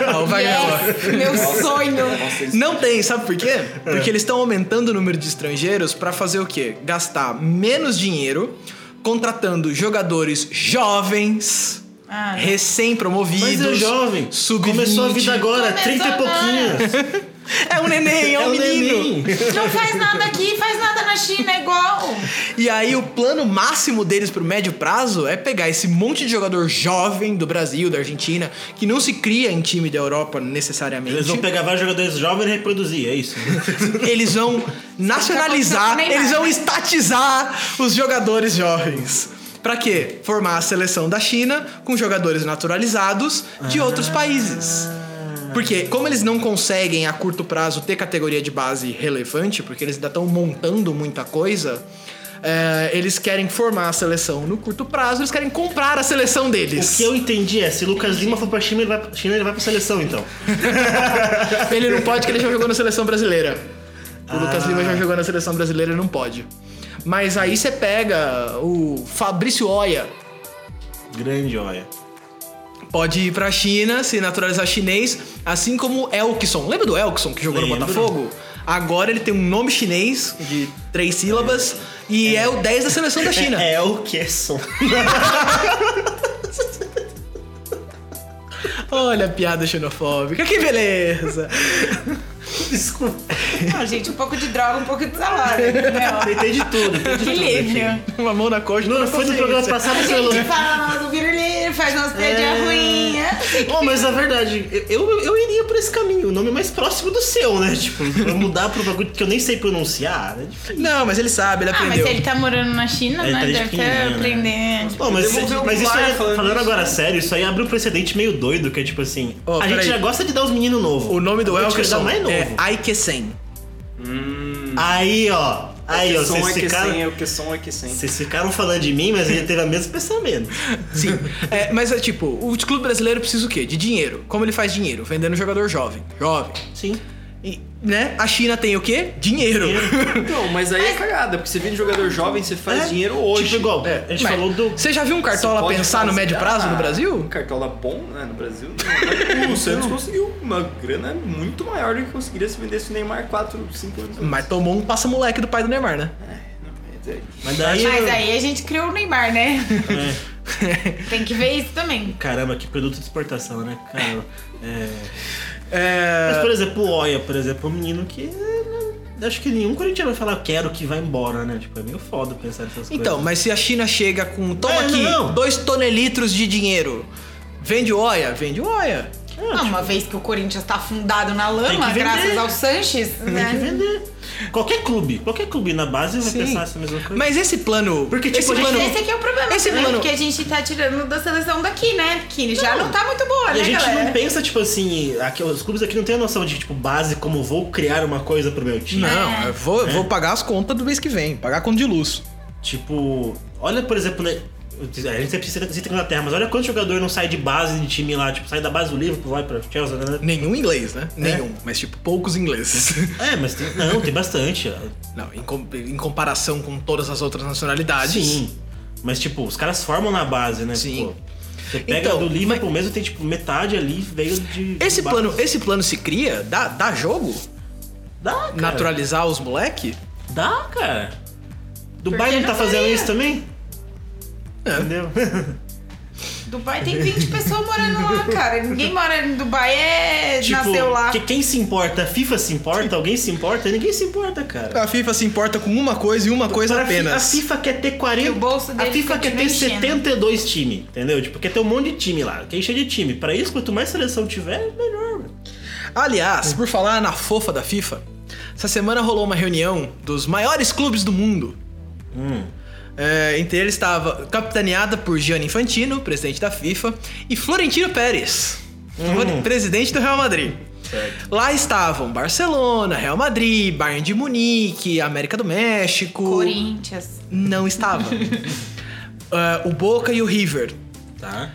Speaker 3: Ah, o Wagner Love.
Speaker 4: Yes, meu sonho.
Speaker 3: Não tem, sabe por
Speaker 5: É.
Speaker 3: quê? Porque eles estão aumentando o número de estrangeiros pra fazer o quê? Gastar menos dinheiro contratando jogadores jovens,
Speaker 4: Ah, não.
Speaker 5: Mas é
Speaker 3: recém-promovidos.
Speaker 5: jovem.
Speaker 3: sub
Speaker 5: Começou a vida agora,
Speaker 4: Começou
Speaker 5: 30 e pouquinho.
Speaker 3: É um neném, é um menino.
Speaker 5: neném.
Speaker 4: Não faz nada aqui, faz nada na China, é igual.
Speaker 3: E aí o plano máximo deles pro médio prazo é pegar esse monte de jogador jovem do Brasil, da Argentina, que não se cria em time da Europa necessariamente.
Speaker 5: Eles vão pegar vários jogadores jovens e reproduzir, é isso.
Speaker 3: Eles vão
Speaker 4: Não tá acontecendo
Speaker 3: nacionalizar,
Speaker 4: nem
Speaker 3: eles
Speaker 4: nada.
Speaker 3: vão estatizar os jogadores jovens. Pra quê? Formar a seleção da China com jogadores naturalizados de outros países. Porque, como eles não conseguem a curto prazo ter categoria de base relevante, porque eles ainda estão montando muita coisa, é, eles querem formar a seleção no curto prazo, eles querem comprar a seleção
Speaker 5: O
Speaker 3: deles.
Speaker 5: que eu entendi é, se Lucas Lima for pra China, ele vai, China, ele vai pra seleção, então.
Speaker 3: Ele não pode, porque ele já jogou na seleção brasileira. O
Speaker 5: Ah.
Speaker 3: Lucas Lima já jogou na seleção brasileira, ele não pode. Mas aí você pega o Fabrício Oia,
Speaker 5: Grande olha.
Speaker 3: Pode ir pra China, se naturalizar chinês, assim como o Elkson. Lembra do Elkson que jogou no
Speaker 5: Lembro.
Speaker 3: Botafogo? Agora ele tem um nome chinês de três sílabas e é, o 10 da seleção da China.
Speaker 5: É, é o que som.
Speaker 3: *laughs* Olha a piada xenofóbica, que beleza!
Speaker 5: Desculpa.
Speaker 4: Não, gente, um pouco de droga, um pouco de salário. entendeu?
Speaker 5: Tentei de tudo, tentei de
Speaker 4: Que
Speaker 5: tudo. minha filha.
Speaker 4: livre.
Speaker 3: *laughs* Uma mão na costa.
Speaker 5: Não,
Speaker 3: outra
Speaker 5: foi
Speaker 3: na
Speaker 5: no programa
Speaker 3: consciência.
Speaker 5: passado que você
Speaker 4: Gente,
Speaker 5: falou.
Speaker 4: fala mal do Birulê, faz umas
Speaker 5: É.
Speaker 4: piadinhas ruins. né?
Speaker 5: Bom, mas na verdade, eu, eu, eu iria por esse caminho. O nome mais próximo do seu, né? Tipo, pra mudar pro bagulho que eu nem sei pronunciar. Né? Tipo,
Speaker 3: Não, mas ele sabe, ele
Speaker 4: Ah, mas
Speaker 3: aprendeu.
Speaker 4: ele tá morando na China,
Speaker 5: Ele
Speaker 4: né?
Speaker 5: tá de
Speaker 4: Deve
Speaker 5: pequenininho,
Speaker 4: ter
Speaker 5: né?
Speaker 4: aprendendo.
Speaker 5: Bom, mas,
Speaker 6: Tipo, Devolver o
Speaker 5: mas isso
Speaker 6: bar
Speaker 5: aí,
Speaker 6: falando
Speaker 5: falando
Speaker 6: isso,
Speaker 5: agora
Speaker 6: né?
Speaker 5: sério, isso aí abre um precedente meio doido, que é tipo assim,
Speaker 3: Ó,
Speaker 5: a gente
Speaker 3: peraí.
Speaker 5: já gosta de dar os meninos novos.
Speaker 3: O nome do
Speaker 5: Agora a gente
Speaker 3: Elkerson
Speaker 5: vai dar um mais novo.
Speaker 3: é Aikesen.
Speaker 5: Aí, ó. Aí, ó,
Speaker 6: que som
Speaker 5: vocês
Speaker 6: é que sem,
Speaker 5: ficaram,
Speaker 6: é o que som é que sem.
Speaker 5: vocês ficaram falando de mim, mas ele teve o mesmo pensamento.
Speaker 3: Sim. É, mas é tipo, o clube brasileiro precisa o quê? De dinheiro. Como ele faz dinheiro? Vendendo jogador jovem. Jovem.
Speaker 5: Sim.
Speaker 3: E, né? A China tem o quê? Dinheiro. *laughs*
Speaker 6: Então, mas aí é cagada, porque você vende
Speaker 3: Então,
Speaker 6: jogador jovem, você faz
Speaker 5: É.
Speaker 6: dinheiro hoje.
Speaker 5: Tipo igual,
Speaker 3: É,
Speaker 5: a gente
Speaker 3: mas
Speaker 5: falou do...
Speaker 3: Você já viu um
Speaker 6: Você
Speaker 3: cartola
Speaker 6: pode
Speaker 3: pensar no
Speaker 6: fazer-
Speaker 3: médio prazo no
Speaker 6: Ah,
Speaker 3: Brasil?
Speaker 6: Cartola bom, né? No Brasil,
Speaker 3: *laughs*
Speaker 6: não. O Santos conseguiu uma grana muito maior do que conseguiria se vendesse o Neymar 4, 5 anos. antes.
Speaker 3: Mas tomou um passa-moleque do pai do Neymar, né?
Speaker 6: É, não, mas é-
Speaker 5: Mas daí...
Speaker 4: Mas aí a gente criou o Neymar, né?
Speaker 5: É,
Speaker 4: Tem que ver isso também.
Speaker 5: caramba, que produto de exportação, né? Caramba. É...
Speaker 3: É.
Speaker 5: Mas, por exemplo, o Oia, por exemplo, é um menino que. né, Acho que nenhum corintiano vai falar, quero que vá embora, né? Tipo, é meio foda pensar nessas
Speaker 3: Então,
Speaker 5: coisas.
Speaker 3: mas se a China chega com. Toma
Speaker 5: É,
Speaker 3: aqui,
Speaker 5: não.
Speaker 3: dois tonelitros de dinheiro. Vende oia? Vende oia.
Speaker 5: Ah,
Speaker 4: Ah,
Speaker 5: tipo,
Speaker 4: uma vez que o Corinthians tá afundado na
Speaker 5: Tem que
Speaker 4: lama,
Speaker 5: vender.
Speaker 4: graças ao Sanches,
Speaker 5: tem que
Speaker 4: né?
Speaker 5: vender. Qualquer clube, qualquer clube na base vai
Speaker 3: Sim.
Speaker 5: pensar essa mesma coisa.
Speaker 3: Mas esse plano.
Speaker 5: Porque, tipo,
Speaker 3: esse
Speaker 5: a gente-
Speaker 3: plano.
Speaker 4: Esse aqui é o problema,
Speaker 3: Esse
Speaker 4: né?
Speaker 3: plano-
Speaker 4: Porque a gente tá tirando da seleção daqui, né? Que já não, tá muito boa,
Speaker 5: e
Speaker 4: né,
Speaker 5: a gente
Speaker 4: galera?
Speaker 5: não pensa, tipo assim, aqui, os clubes aqui não tem a noção de, tipo, base, como vou criar uma coisa pro meu time.
Speaker 3: Não, eu vou, vou pagar as contas do mês que vem, pagar a conta de luz.
Speaker 5: Tipo, olha, por exemplo, né? A gente sempre cita cita a Inglaterra, mas olha quanto jogador não sai de base de time lá, tipo, sai da base do Liverpool, vai pra Chelsea, né?
Speaker 3: Nenhum inglês, né? Nenhum. Mas, tipo, poucos *laughs* ingleses.
Speaker 5: É, mas tem, não, tem bastante.
Speaker 3: Não, em, com- em comparação com todas as outras nacionalidades.
Speaker 5: Sim. Mas, tipo, os caras formam na base, né?
Speaker 3: Sim.
Speaker 5: Pô, você pega
Speaker 3: Então,
Speaker 5: do Liverpool mesmo, tem, tipo, metade ali veio de...
Speaker 3: Esse
Speaker 5: de base.
Speaker 3: plano, esse plano se cria? Dá, dá jogo?
Speaker 5: Dá, cara.
Speaker 3: Naturalizar os moleque?
Speaker 5: Dá, cara. Dubai
Speaker 4: Por que
Speaker 5: não tá
Speaker 4: não
Speaker 5: fazendo
Speaker 4: faria?
Speaker 5: isso também?
Speaker 3: É.
Speaker 5: Entendeu?
Speaker 4: Dubai tem 20 pessoas morando lá, cara. Ninguém mora em Dubai, é... nasceu lá.
Speaker 5: Tipo, que- quem se importa? A FIFA se importa? Alguém se importa? Ninguém se importa, cara.
Speaker 3: A FIFA se importa com uma coisa e É uma coisa
Speaker 5: Pra fi-
Speaker 3: apenas.
Speaker 5: A FIFA quer ter 40.
Speaker 4: Que o bolso
Speaker 5: a
Speaker 4: deles
Speaker 5: FIFA quer
Speaker 4: continua
Speaker 5: ter
Speaker 4: enchendo.
Speaker 5: 72 times, entendeu? Tipo, quer ter um monte de time lá. Quer encher de time. Pra isso, quanto mais seleção tiver, melhor. mano.
Speaker 3: Aliás, por falar na fofa da FIFA, essa semana rolou uma reunião dos maiores clubes do mundo. É, entre eles estava capitaneada por Gianni Infantino, presidente da FIFA, e Florentino Pérez, flore- presidente do Real Madrid. Lá estavam Barcelona, Real Madrid, Bayern de Munique, América do México.
Speaker 4: Corinthians.
Speaker 3: Não estava. Ah, o Boca e o River.
Speaker 5: Tá?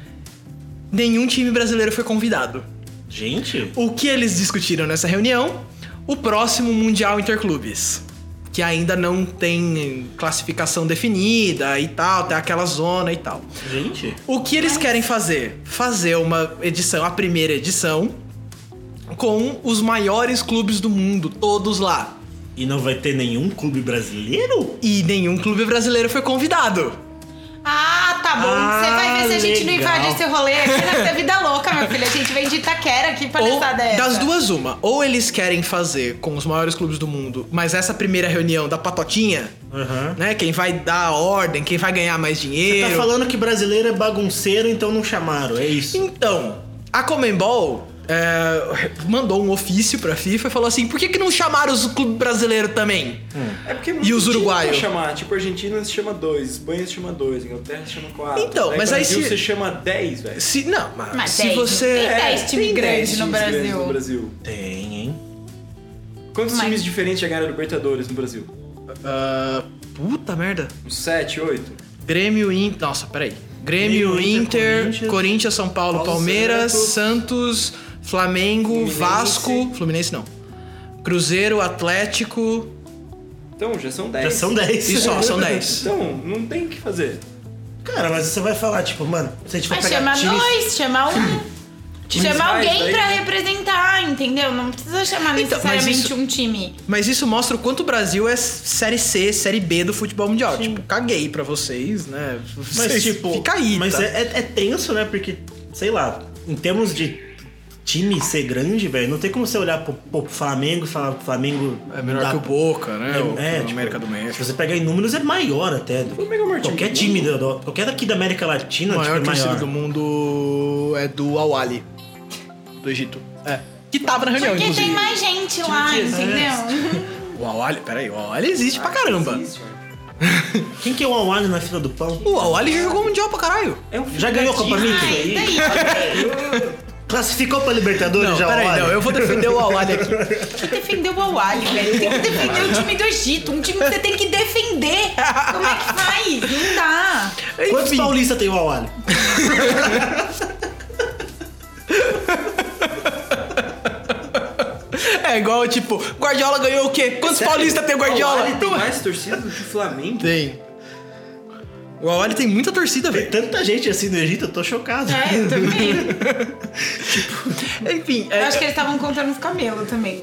Speaker 3: Nenhum time brasileiro foi convidado.
Speaker 5: Gente.
Speaker 3: O que eles discutiram nessa reunião? O próximo Mundial Interclubes. Que ainda não tem classificação definida e tal, tem aquela zona e tal.
Speaker 5: Gente.
Speaker 3: O que eles querem fazer? Fazer uma edição, a primeira edição, com os maiores clubes do mundo, todos lá.
Speaker 5: E não vai ter nenhum clube brasileiro?
Speaker 3: E nenhum clube brasileiro foi convidado.
Speaker 4: Ah, tá bom. Você vai ver se a gente não
Speaker 5: Ah,
Speaker 4: invade
Speaker 5: legal.
Speaker 4: esse rolê aqui nessa vida louca, meu filho. A gente vem de Itaquera aqui pra
Speaker 3: Ou,
Speaker 4: dançar dessa.
Speaker 3: das duas, uma. Ou eles querem fazer com os maiores clubes do mundo, mas essa primeira reunião da patotinha,
Speaker 5: Aham.
Speaker 3: né? Quem vai dar a ordem, quem vai ganhar mais dinheiro.
Speaker 5: Tá falando que brasileiro é bagunceiro, então não chamaram, é isso.
Speaker 3: Então, a Comembol mandou um ofício pra FIFA e falou assim: por que, que não chamaram os clubes brasileiros também?
Speaker 6: É porque muito
Speaker 3: os
Speaker 6: time
Speaker 3: uruguaios?
Speaker 6: pra chamar. Tipo, Argentina se chama 2, Espanha se chama 2, Inglaterra se chama 4.
Speaker 3: Então, mas aí
Speaker 6: Brasil
Speaker 3: se-
Speaker 6: se chama 10, velho. É,
Speaker 3: Se, não, mas,
Speaker 4: Mas
Speaker 3: se
Speaker 4: dez,
Speaker 3: você.
Speaker 4: tem dez times
Speaker 6: tem
Speaker 4: grandes
Speaker 6: 10
Speaker 4: no
Speaker 6: times grandes
Speaker 4: Brasil.
Speaker 6: no Brasil.
Speaker 5: Tem, hein?
Speaker 6: Quantos
Speaker 4: Mas-
Speaker 6: times diferentes já ganharam Libertadores no Brasil?
Speaker 3: Ah, puta merda.
Speaker 6: Uns 7, 8?
Speaker 3: Grêmio, Inter. Nossa, peraí. Grêmio,
Speaker 5: Grêmio,
Speaker 3: Inter,
Speaker 5: Inter,
Speaker 3: Corinthians,
Speaker 5: Corinthians,
Speaker 3: São Paulo,
Speaker 6: Paulo
Speaker 3: Palmeiras, Santos, Flamengo,
Speaker 6: Fluminense.
Speaker 3: Vasco. Fluminense não. Cruzeiro, Atlético.
Speaker 6: Então, já são 10.
Speaker 3: É
Speaker 5: Já são
Speaker 6: *laughs*
Speaker 5: 10.
Speaker 3: E só, são 10.
Speaker 6: Então, não tem o que fazer.
Speaker 5: Cara, mas você vai falar, tipo, mano, se a gente for
Speaker 4: Mas
Speaker 5: pegar
Speaker 4: chamar
Speaker 5: times-
Speaker 4: dois, chamar um. chamar
Speaker 6: rivais,
Speaker 4: alguém
Speaker 6: daí-
Speaker 4: pra representar, entendeu? Não precisa chamar
Speaker 3: Então, mas
Speaker 4: necessariamente
Speaker 3: isso-
Speaker 4: um time.
Speaker 3: Mas isso mostra o quanto o Brasil é série C, série B do futebol mundial. Tipo, caguei pra vocês, né?
Speaker 5: Mas,
Speaker 3: Vocês
Speaker 5: tipo.
Speaker 3: Fica aí,
Speaker 5: Mas
Speaker 3: tá?
Speaker 5: é, é- é tenso, né? Porque, sei lá, em termos de time ser grande, velho, não tem como você olhar pro, pro Flamengo e falar que o Flamengo.
Speaker 3: É melhor
Speaker 5: dá-
Speaker 3: que o Boca, né? O-
Speaker 5: É,
Speaker 3: o
Speaker 5: tipo,
Speaker 3: América do
Speaker 5: Se
Speaker 3: México.
Speaker 5: você pegar em números, é maior até. do-
Speaker 6: Flamengo é o maior time
Speaker 5: qualquer
Speaker 6: do
Speaker 5: time da Europa. Qualquer daqui da América Latina
Speaker 3: A maior
Speaker 5: tipo, é
Speaker 3: torcida
Speaker 5: maior.
Speaker 3: do mundo é do Awali, do Egito. É. Que tava na reunião,
Speaker 4: Porque
Speaker 3: inclusive.
Speaker 4: tem mais gente lá, entendeu?
Speaker 3: O Awali, peraí, o Awali existe pra caramba.
Speaker 6: Existe, mano.
Speaker 5: Quem que é o Awali na fila do pão?
Speaker 3: O Awali já jogou mundial pra caralho.
Speaker 6: É um filme
Speaker 5: Já ganhou a
Speaker 6: da
Speaker 5: Copa
Speaker 6: Disney
Speaker 5: América?
Speaker 6: aí.
Speaker 4: Daí,
Speaker 5: Classificou pra Libertadores
Speaker 3: Não,
Speaker 5: já, é
Speaker 3: peraí,
Speaker 5: Awali?
Speaker 3: não, eu vou defender o
Speaker 5: *laughs*
Speaker 3: Awali aqui.
Speaker 4: tem que defender o Awali, velho. Tem que defender o time do Egito. Um time que você tem que defender. Como é que faz? Não dá.
Speaker 5: Quantos
Speaker 3: Enfim.
Speaker 5: paulistas tem o Awali?
Speaker 3: É igual, tipo, Guardiola ganhou o quê? Quantos paulistas tem o Guardiola?
Speaker 6: Olha, Tem mais torcida do que o Flamengo?
Speaker 3: Tem. O Awali tem muita torcida,
Speaker 5: Tem
Speaker 3: velho.
Speaker 5: tanta gente assim no Egito, eu tô chocado.
Speaker 4: É,
Speaker 5: *laughs*
Speaker 4: eu também.
Speaker 3: Enfim,
Speaker 4: Eu
Speaker 3: é,
Speaker 4: acho que eles estavam contando os camelos também.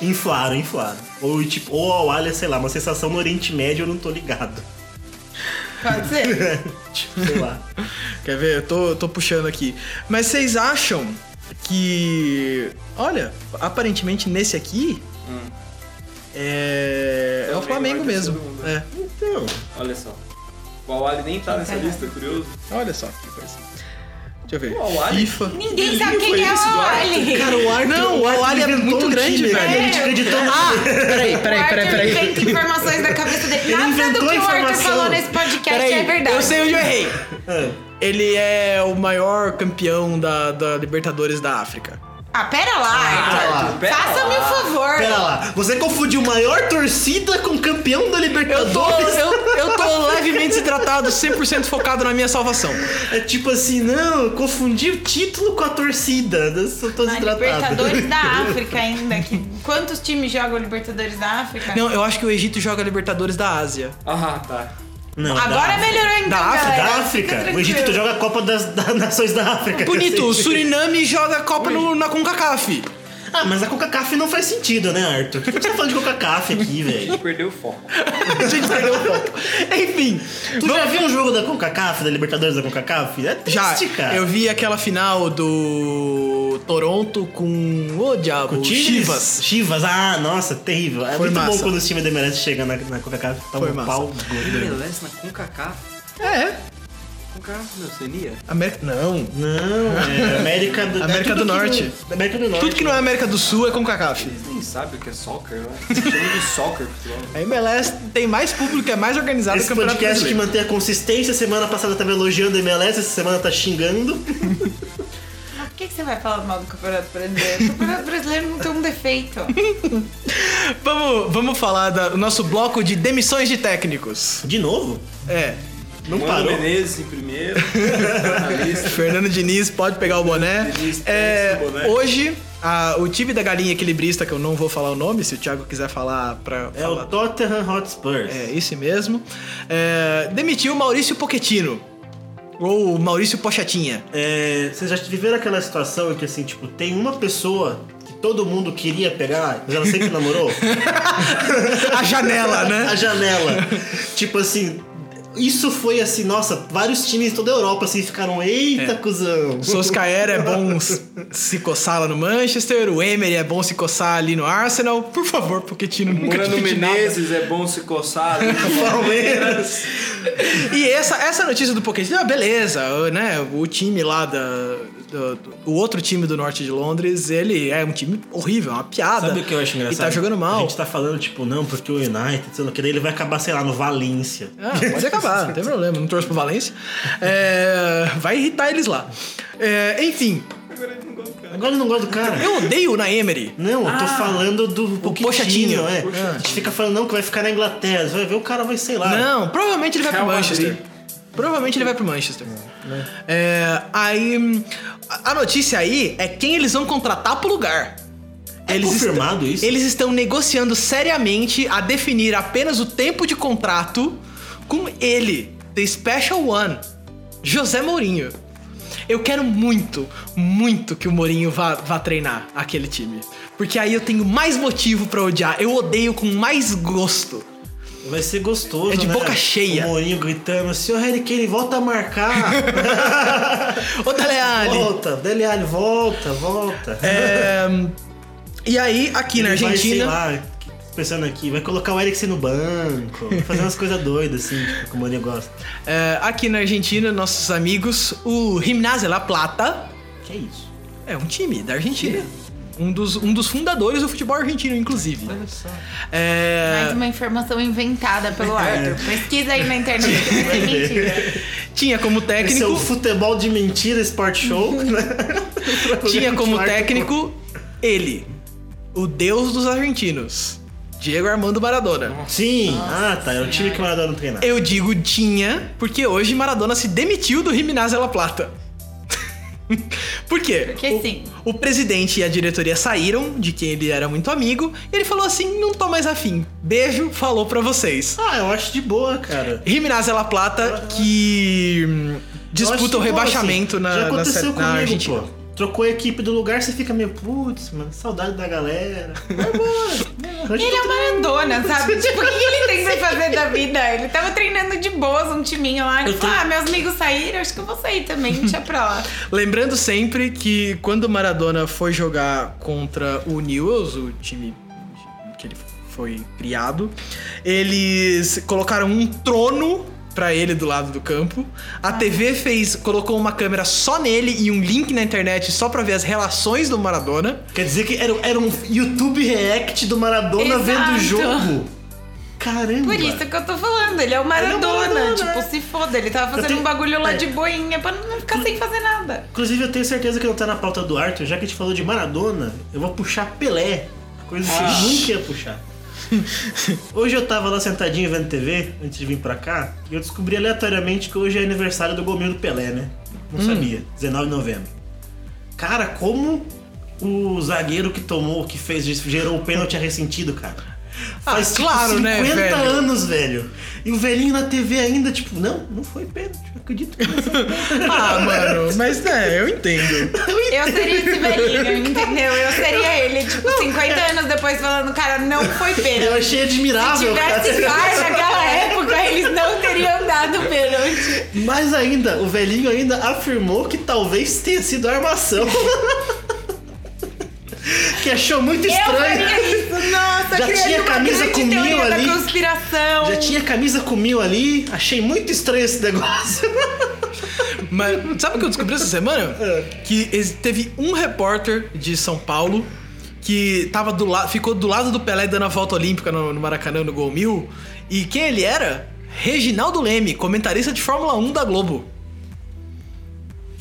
Speaker 5: Inflaram, inflaram. Ou tipo, ou ao alho, sei lá, uma sensação no Oriente Médio, eu não tô ligado.
Speaker 4: Pode ser?
Speaker 5: tipo, sei lá.
Speaker 3: Quer ver? Eu tô, tô puxando aqui. Mas vocês acham que. Olha, aparentemente nesse aqui. É. É o
Speaker 6: Também
Speaker 3: Flamengo
Speaker 6: vai ter
Speaker 3: mesmo.
Speaker 6: segundo.
Speaker 3: É.
Speaker 5: Então,
Speaker 6: Olha só. O Awali nem tá nessa lista, curioso.
Speaker 3: Olha só que coisa. Deixa eu ver.
Speaker 6: O Awali?
Speaker 3: FIFA.
Speaker 4: Ninguém
Speaker 6: Que
Speaker 4: sabe
Speaker 6: livro
Speaker 4: quem
Speaker 6: é
Speaker 4: é
Speaker 6: esse,
Speaker 4: o
Speaker 6: Eduardo?
Speaker 4: Ali.
Speaker 5: cara, o Arthur,
Speaker 3: *laughs* Não, o
Speaker 5: Arthur
Speaker 3: Awali é
Speaker 5: inventou
Speaker 3: muito
Speaker 5: um
Speaker 3: grande,
Speaker 5: time,
Speaker 3: velho.
Speaker 5: A gente acreditou no
Speaker 3: Ah! Peraí, peraí, peraí,
Speaker 4: O Arthur
Speaker 3: peraí.
Speaker 4: inventa informações da cabeça dele.
Speaker 5: Ele
Speaker 4: Nada do
Speaker 5: inventou
Speaker 4: que o Arthur
Speaker 5: informação.
Speaker 4: falou nesse podcast
Speaker 3: Peraí,
Speaker 4: é verdade.
Speaker 3: Eu sei onde eu errei. Ele é o maior campeão da, da Libertadores da África.
Speaker 4: Ah, pera lá,
Speaker 5: lá,
Speaker 4: Arthur.
Speaker 6: pera
Speaker 4: Faça-me o
Speaker 6: lá.
Speaker 4: favor.
Speaker 5: Ah, Pera lá, você confundiu maior torcida com campeão da
Speaker 3: Eu tô,
Speaker 5: Libertadores?
Speaker 3: eu, eu tô levemente hidratado, 100% focado na minha salvação.
Speaker 5: *laughs* É tipo assim, não, eu confundi o título com a torcida. Eu tô
Speaker 4: Na
Speaker 5: desidratado. *laughs*
Speaker 4: Libertadores da África ainda. que- Quantos times jogam Libertadores da África?
Speaker 3: Não, eu acho que o Egito joga Libertadores da Ásia.
Speaker 6: Ah, tá.
Speaker 5: Não,
Speaker 4: Agora
Speaker 5: da,
Speaker 4: melhorou então,
Speaker 3: Da África,
Speaker 4: galera.
Speaker 5: da
Speaker 4: Fica
Speaker 5: África. O
Speaker 4: tranquilo.
Speaker 5: Egito joga a Copa das, *laughs* das Nações da África.
Speaker 3: Bonito, o
Speaker 5: *laughs* cacete.
Speaker 3: Suriname joga a Copa no- na CONCACAF.
Speaker 5: Ah, mas a Coca-Caf não faz sentido, né, Arthur? Por que você tá falando de Coca-Caf aqui, *laughs* velho? tá
Speaker 6: Perdeu o *laughs* foco.
Speaker 3: A gente perdeu o foco. Enfim,
Speaker 5: Tu já viu um jogo da CONCACAF, da Libertadores da CONCACAF? É
Speaker 3: já
Speaker 5: triste, cara.
Speaker 3: eu vi aquela final do Toronto com o diabo,
Speaker 5: O Tigres-
Speaker 3: Chivas.
Speaker 5: Chivas, ah, nossa, terrível. É
Speaker 3: Foi
Speaker 5: muito
Speaker 3: massa.
Speaker 5: bom quando os times do Emerald chegam na, na CONCACAF, tá
Speaker 3: Foi
Speaker 5: um
Speaker 3: massa.
Speaker 5: pau gordo.
Speaker 6: MLS na CONCACAF.
Speaker 3: É,
Speaker 6: CONCACAF na Oceania?
Speaker 3: América, não.
Speaker 5: Não, é América do, é
Speaker 3: América
Speaker 5: tudo
Speaker 3: do
Speaker 5: que
Speaker 3: Norte.
Speaker 5: não- América do Norte.
Speaker 3: Tudo que não é América do Sul é CONCACAF.
Speaker 6: Eles nem sabem o que é soccer, né? Chama de soccer, futebol.
Speaker 3: A MLS tem mais público, é mais organizado
Speaker 5: Esse
Speaker 3: que o Campeonato
Speaker 5: podcast que
Speaker 3: Brasileiro.
Speaker 5: mantém a consistência, semana passada tava elogiando a MLS, essa semana tá xingando.
Speaker 4: Mas Ah, Por que que você vai falar mal do Campeonato Brasileiro? O Campeonato Brasileiro não tem um defeito.
Speaker 3: Vamos, vamos falar da- do nosso bloco de demissões de técnicos.
Speaker 5: De novo?
Speaker 3: É,
Speaker 5: Não
Speaker 6: Mano
Speaker 5: parou.
Speaker 6: Menezes em primeiro. *laughs* jornalista.
Speaker 3: Fernando Diniz, pode pegar o boné.
Speaker 6: Diniz,
Speaker 3: É,
Speaker 6: pega esse boné.
Speaker 3: hoje, a- o time da galinha equilibrista, que eu não vou falar o nome, se o Thiago quiser falar pra.
Speaker 5: É o
Speaker 3: falar.
Speaker 5: Tottenham Hotspurs.
Speaker 3: É, isso mesmo. É, demitiu o Maurício Pochettino. Ou o Maurício Pochatinha.
Speaker 5: É, vocês já viveram aquela situação em que assim, tipo, tem uma pessoa que todo mundo queria pegar, mas ela sempre *laughs* namorou?
Speaker 3: A janela,
Speaker 5: *laughs* A
Speaker 3: né?
Speaker 5: janela. tipo assim, isso foi assim, nossa, vários times de toda a Europa assim ficaram, eita, cuzão.
Speaker 3: Soscaer é bom s- se coçar lá no Manchester, o Emery é bom se coçar ali no Arsenal. Por favor, Pochettino, nunca
Speaker 6: Morando
Speaker 3: te pedi nada.
Speaker 6: Menezes é bom se coçar. né?
Speaker 5: Palmeiras.
Speaker 3: E essa, essa notícia do Pochettino, ah, beleza, né? O time lá da. do- do- o outro time do norte de Londres, ele é um time horrível, é uma piada.
Speaker 5: Sabe o que eu acho engraçado?
Speaker 3: E tá jogando
Speaker 5: A
Speaker 3: mal.
Speaker 5: gente tá falando, tipo, não, porque o United, sei lá, o que daí ele vai acabar, sei lá, no Valência.
Speaker 3: Ah, pode acabar, não tem problema. Não torço pro Valência. É, vai irritar eles lá. É, enfim,
Speaker 5: Agora eu não gosto do cara.
Speaker 3: eu odeio o Naemery.
Speaker 5: Não, eu tô falando do
Speaker 3: Pochettino,
Speaker 5: Pochettino, é. A gente fica falando, não, que vai ficar na Inglaterra. Você vai ver, o cara vai, sei lá.
Speaker 3: Não, provavelmente ele vai pro
Speaker 6: Real
Speaker 3: Manchester.
Speaker 6: Madrid.
Speaker 3: Provavelmente ele vai pro Manchester. Né? É, aí. hum, a- A notícia aí é quem eles vão contratar pro lugar. Eles est-
Speaker 5: confirmado isso?
Speaker 3: Eles estão negociando seriamente a definir apenas o tempo de contrato com ele, The Special One, José Mourinho. Eu quero muito, muito que o Mourinho vá, vá treinar aquele time. Porque aí eu tenho mais motivo pra odiar. Eu odeio com mais gosto.
Speaker 5: Vai ser gostoso,
Speaker 3: É de
Speaker 5: né?
Speaker 3: boca cheia.
Speaker 5: O Mourinho gritando, senhor Harry Kane, volta a marcar.
Speaker 3: *laughs* Ô, Dele Alli,
Speaker 5: volta, Dele Alli, volta, volta.
Speaker 3: é, E aí, aqui
Speaker 5: Ele
Speaker 3: na
Speaker 5: Vai, sei
Speaker 3: Argentina.
Speaker 5: lá, pensando aqui, vai colocar o Eriksen no banco, fazer umas coisas doidas, assim, tipo, que o Mourinho gosta.
Speaker 3: É, aqui na Argentina, nossos amigos, o Gimnasia La Plata
Speaker 5: Que isso?
Speaker 3: é um time da Argentina. Um dos, um dos fundadores do futebol argentino, inclusive.
Speaker 4: Mais
Speaker 3: É,
Speaker 4: uma informação inventada pelo Arthur. Pesquisa aí na internet. Isso é mentira.
Speaker 3: tinha como
Speaker 5: Esse é o
Speaker 3: técnico.
Speaker 5: futebol de mentira, Sport Show,
Speaker 3: *laughs*
Speaker 5: né?
Speaker 3: Tinha como
Speaker 5: Arthur.
Speaker 3: técnico ele, o deus dos argentinos, Diego Armando Maradona.
Speaker 5: Sim, ah tá, é o time que o Maradona treinar.
Speaker 3: Eu digo tinha, porque hoje Maradona se demitiu do Gimnasia La Plata. *laughs* Por quê?
Speaker 4: Porque
Speaker 3: O-
Speaker 4: sim.
Speaker 3: O presidente e a diretoria saíram, de quem ele era muito amigo, e ele falou assim: não tô mais afim. Beijo, falou pra vocês.
Speaker 5: Ah, eu acho de boa, cara.
Speaker 3: Gimnasia La Plata, que hum,
Speaker 5: Eu acho de
Speaker 3: disputa o
Speaker 5: boa,
Speaker 3: rebaixamento
Speaker 5: assim.
Speaker 3: na,
Speaker 5: Já
Speaker 3: na
Speaker 5: aconteceu
Speaker 3: sé- na
Speaker 5: comigo,
Speaker 3: Argentina.
Speaker 5: pô. Trocou a equipe do lugar, você fica meio, putz, mano, saudade da
Speaker 3: *laughs*
Speaker 5: galera. Vai embora.
Speaker 4: Ele é o Maradona, sabe? Tipo, o que ele tem pra fazer da vida? Ele tava treinando de boas um timinho lá. Ele falou, ah, meus amigos saíram, acho que eu vou sair também, deixa pra
Speaker 5: *laughs*
Speaker 4: lá.
Speaker 3: Lembrando sempre que quando o Maradona foi jogar contra o Newells, o time que ele foi criado, eles colocaram um trono pra ele do lado do campo. A TV fez colocou uma câmera só nele e um link na internet só pra ver as relações do Maradona.
Speaker 5: Quer dizer que era, era um YouTube React do Maradona
Speaker 4: Exato.
Speaker 5: vendo o jogo. Caramba.
Speaker 4: Por isso que eu tô falando, ele é o Maradona.
Speaker 5: Maradona.
Speaker 4: Tipo, se foda, ele tava fazendo
Speaker 5: tenho-
Speaker 4: um bagulho lá
Speaker 5: é.
Speaker 4: de boinha pra não ficar sem fazer nada.
Speaker 5: Inclusive, eu tenho certeza que não tá na pauta do Arthur, já que a gente falou de Maradona, eu vou puxar Pelé. Coisa que
Speaker 3: Ah.
Speaker 5: eu nunca ia puxar. *laughs* Hoje eu tava lá sentadinho vendo TV, antes de vir pra cá, e eu descobri aleatoriamente que hoje é aniversário do Gominho do Pelé, né? Não
Speaker 3: Hum.
Speaker 5: sabia. 19 de novembro. Cara, como o zagueiro que tomou, que fez, isso, gerou o pênalti é ressentido, cara.
Speaker 3: Ah, claro, né,
Speaker 5: 50
Speaker 3: velho?
Speaker 5: anos, velho. E o velhinho na TV ainda, tipo, não, não foi pênalti. Eu acredito que não foi pênalti.
Speaker 3: Ah, mano, *laughs* mas né, eu entendo.
Speaker 4: Eu seria esse velhinho, entendeu? Eu seria ele, tipo, 50 anos depois falando, cara, não foi
Speaker 5: Eu
Speaker 4: pênalti.
Speaker 5: achei
Speaker 4: Se
Speaker 5: é admirável, Ah, cara.
Speaker 4: tivesse VAR naquela época, eles não teriam dado pênalti.
Speaker 5: *laughs* Mas ainda, o velhinho ainda afirmou que talvez tenha sido armação. *laughs* que achou muito
Speaker 4: Eu
Speaker 5: estranho.
Speaker 4: faria isso, nossa,
Speaker 5: Já
Speaker 4: criando
Speaker 5: tinha
Speaker 4: uma
Speaker 5: camisa
Speaker 4: grande
Speaker 5: com mil
Speaker 4: teoria
Speaker 5: ali.
Speaker 4: da conspiração.
Speaker 5: Já tinha camisa com mil ali, achei muito estranho esse negócio.
Speaker 4: *laughs*
Speaker 3: Mas sabe o que eu descobri essa
Speaker 5: *laughs*
Speaker 3: semana?
Speaker 5: É.
Speaker 3: Que ex- teve um repórter de São Paulo que tava do lado, ficou do lado do Pelé dando a volta olímpica no, no Maracanã no Gol Mil. E quem ele era? Reginaldo Leme, comentarista de Fórmula 1 da Globo.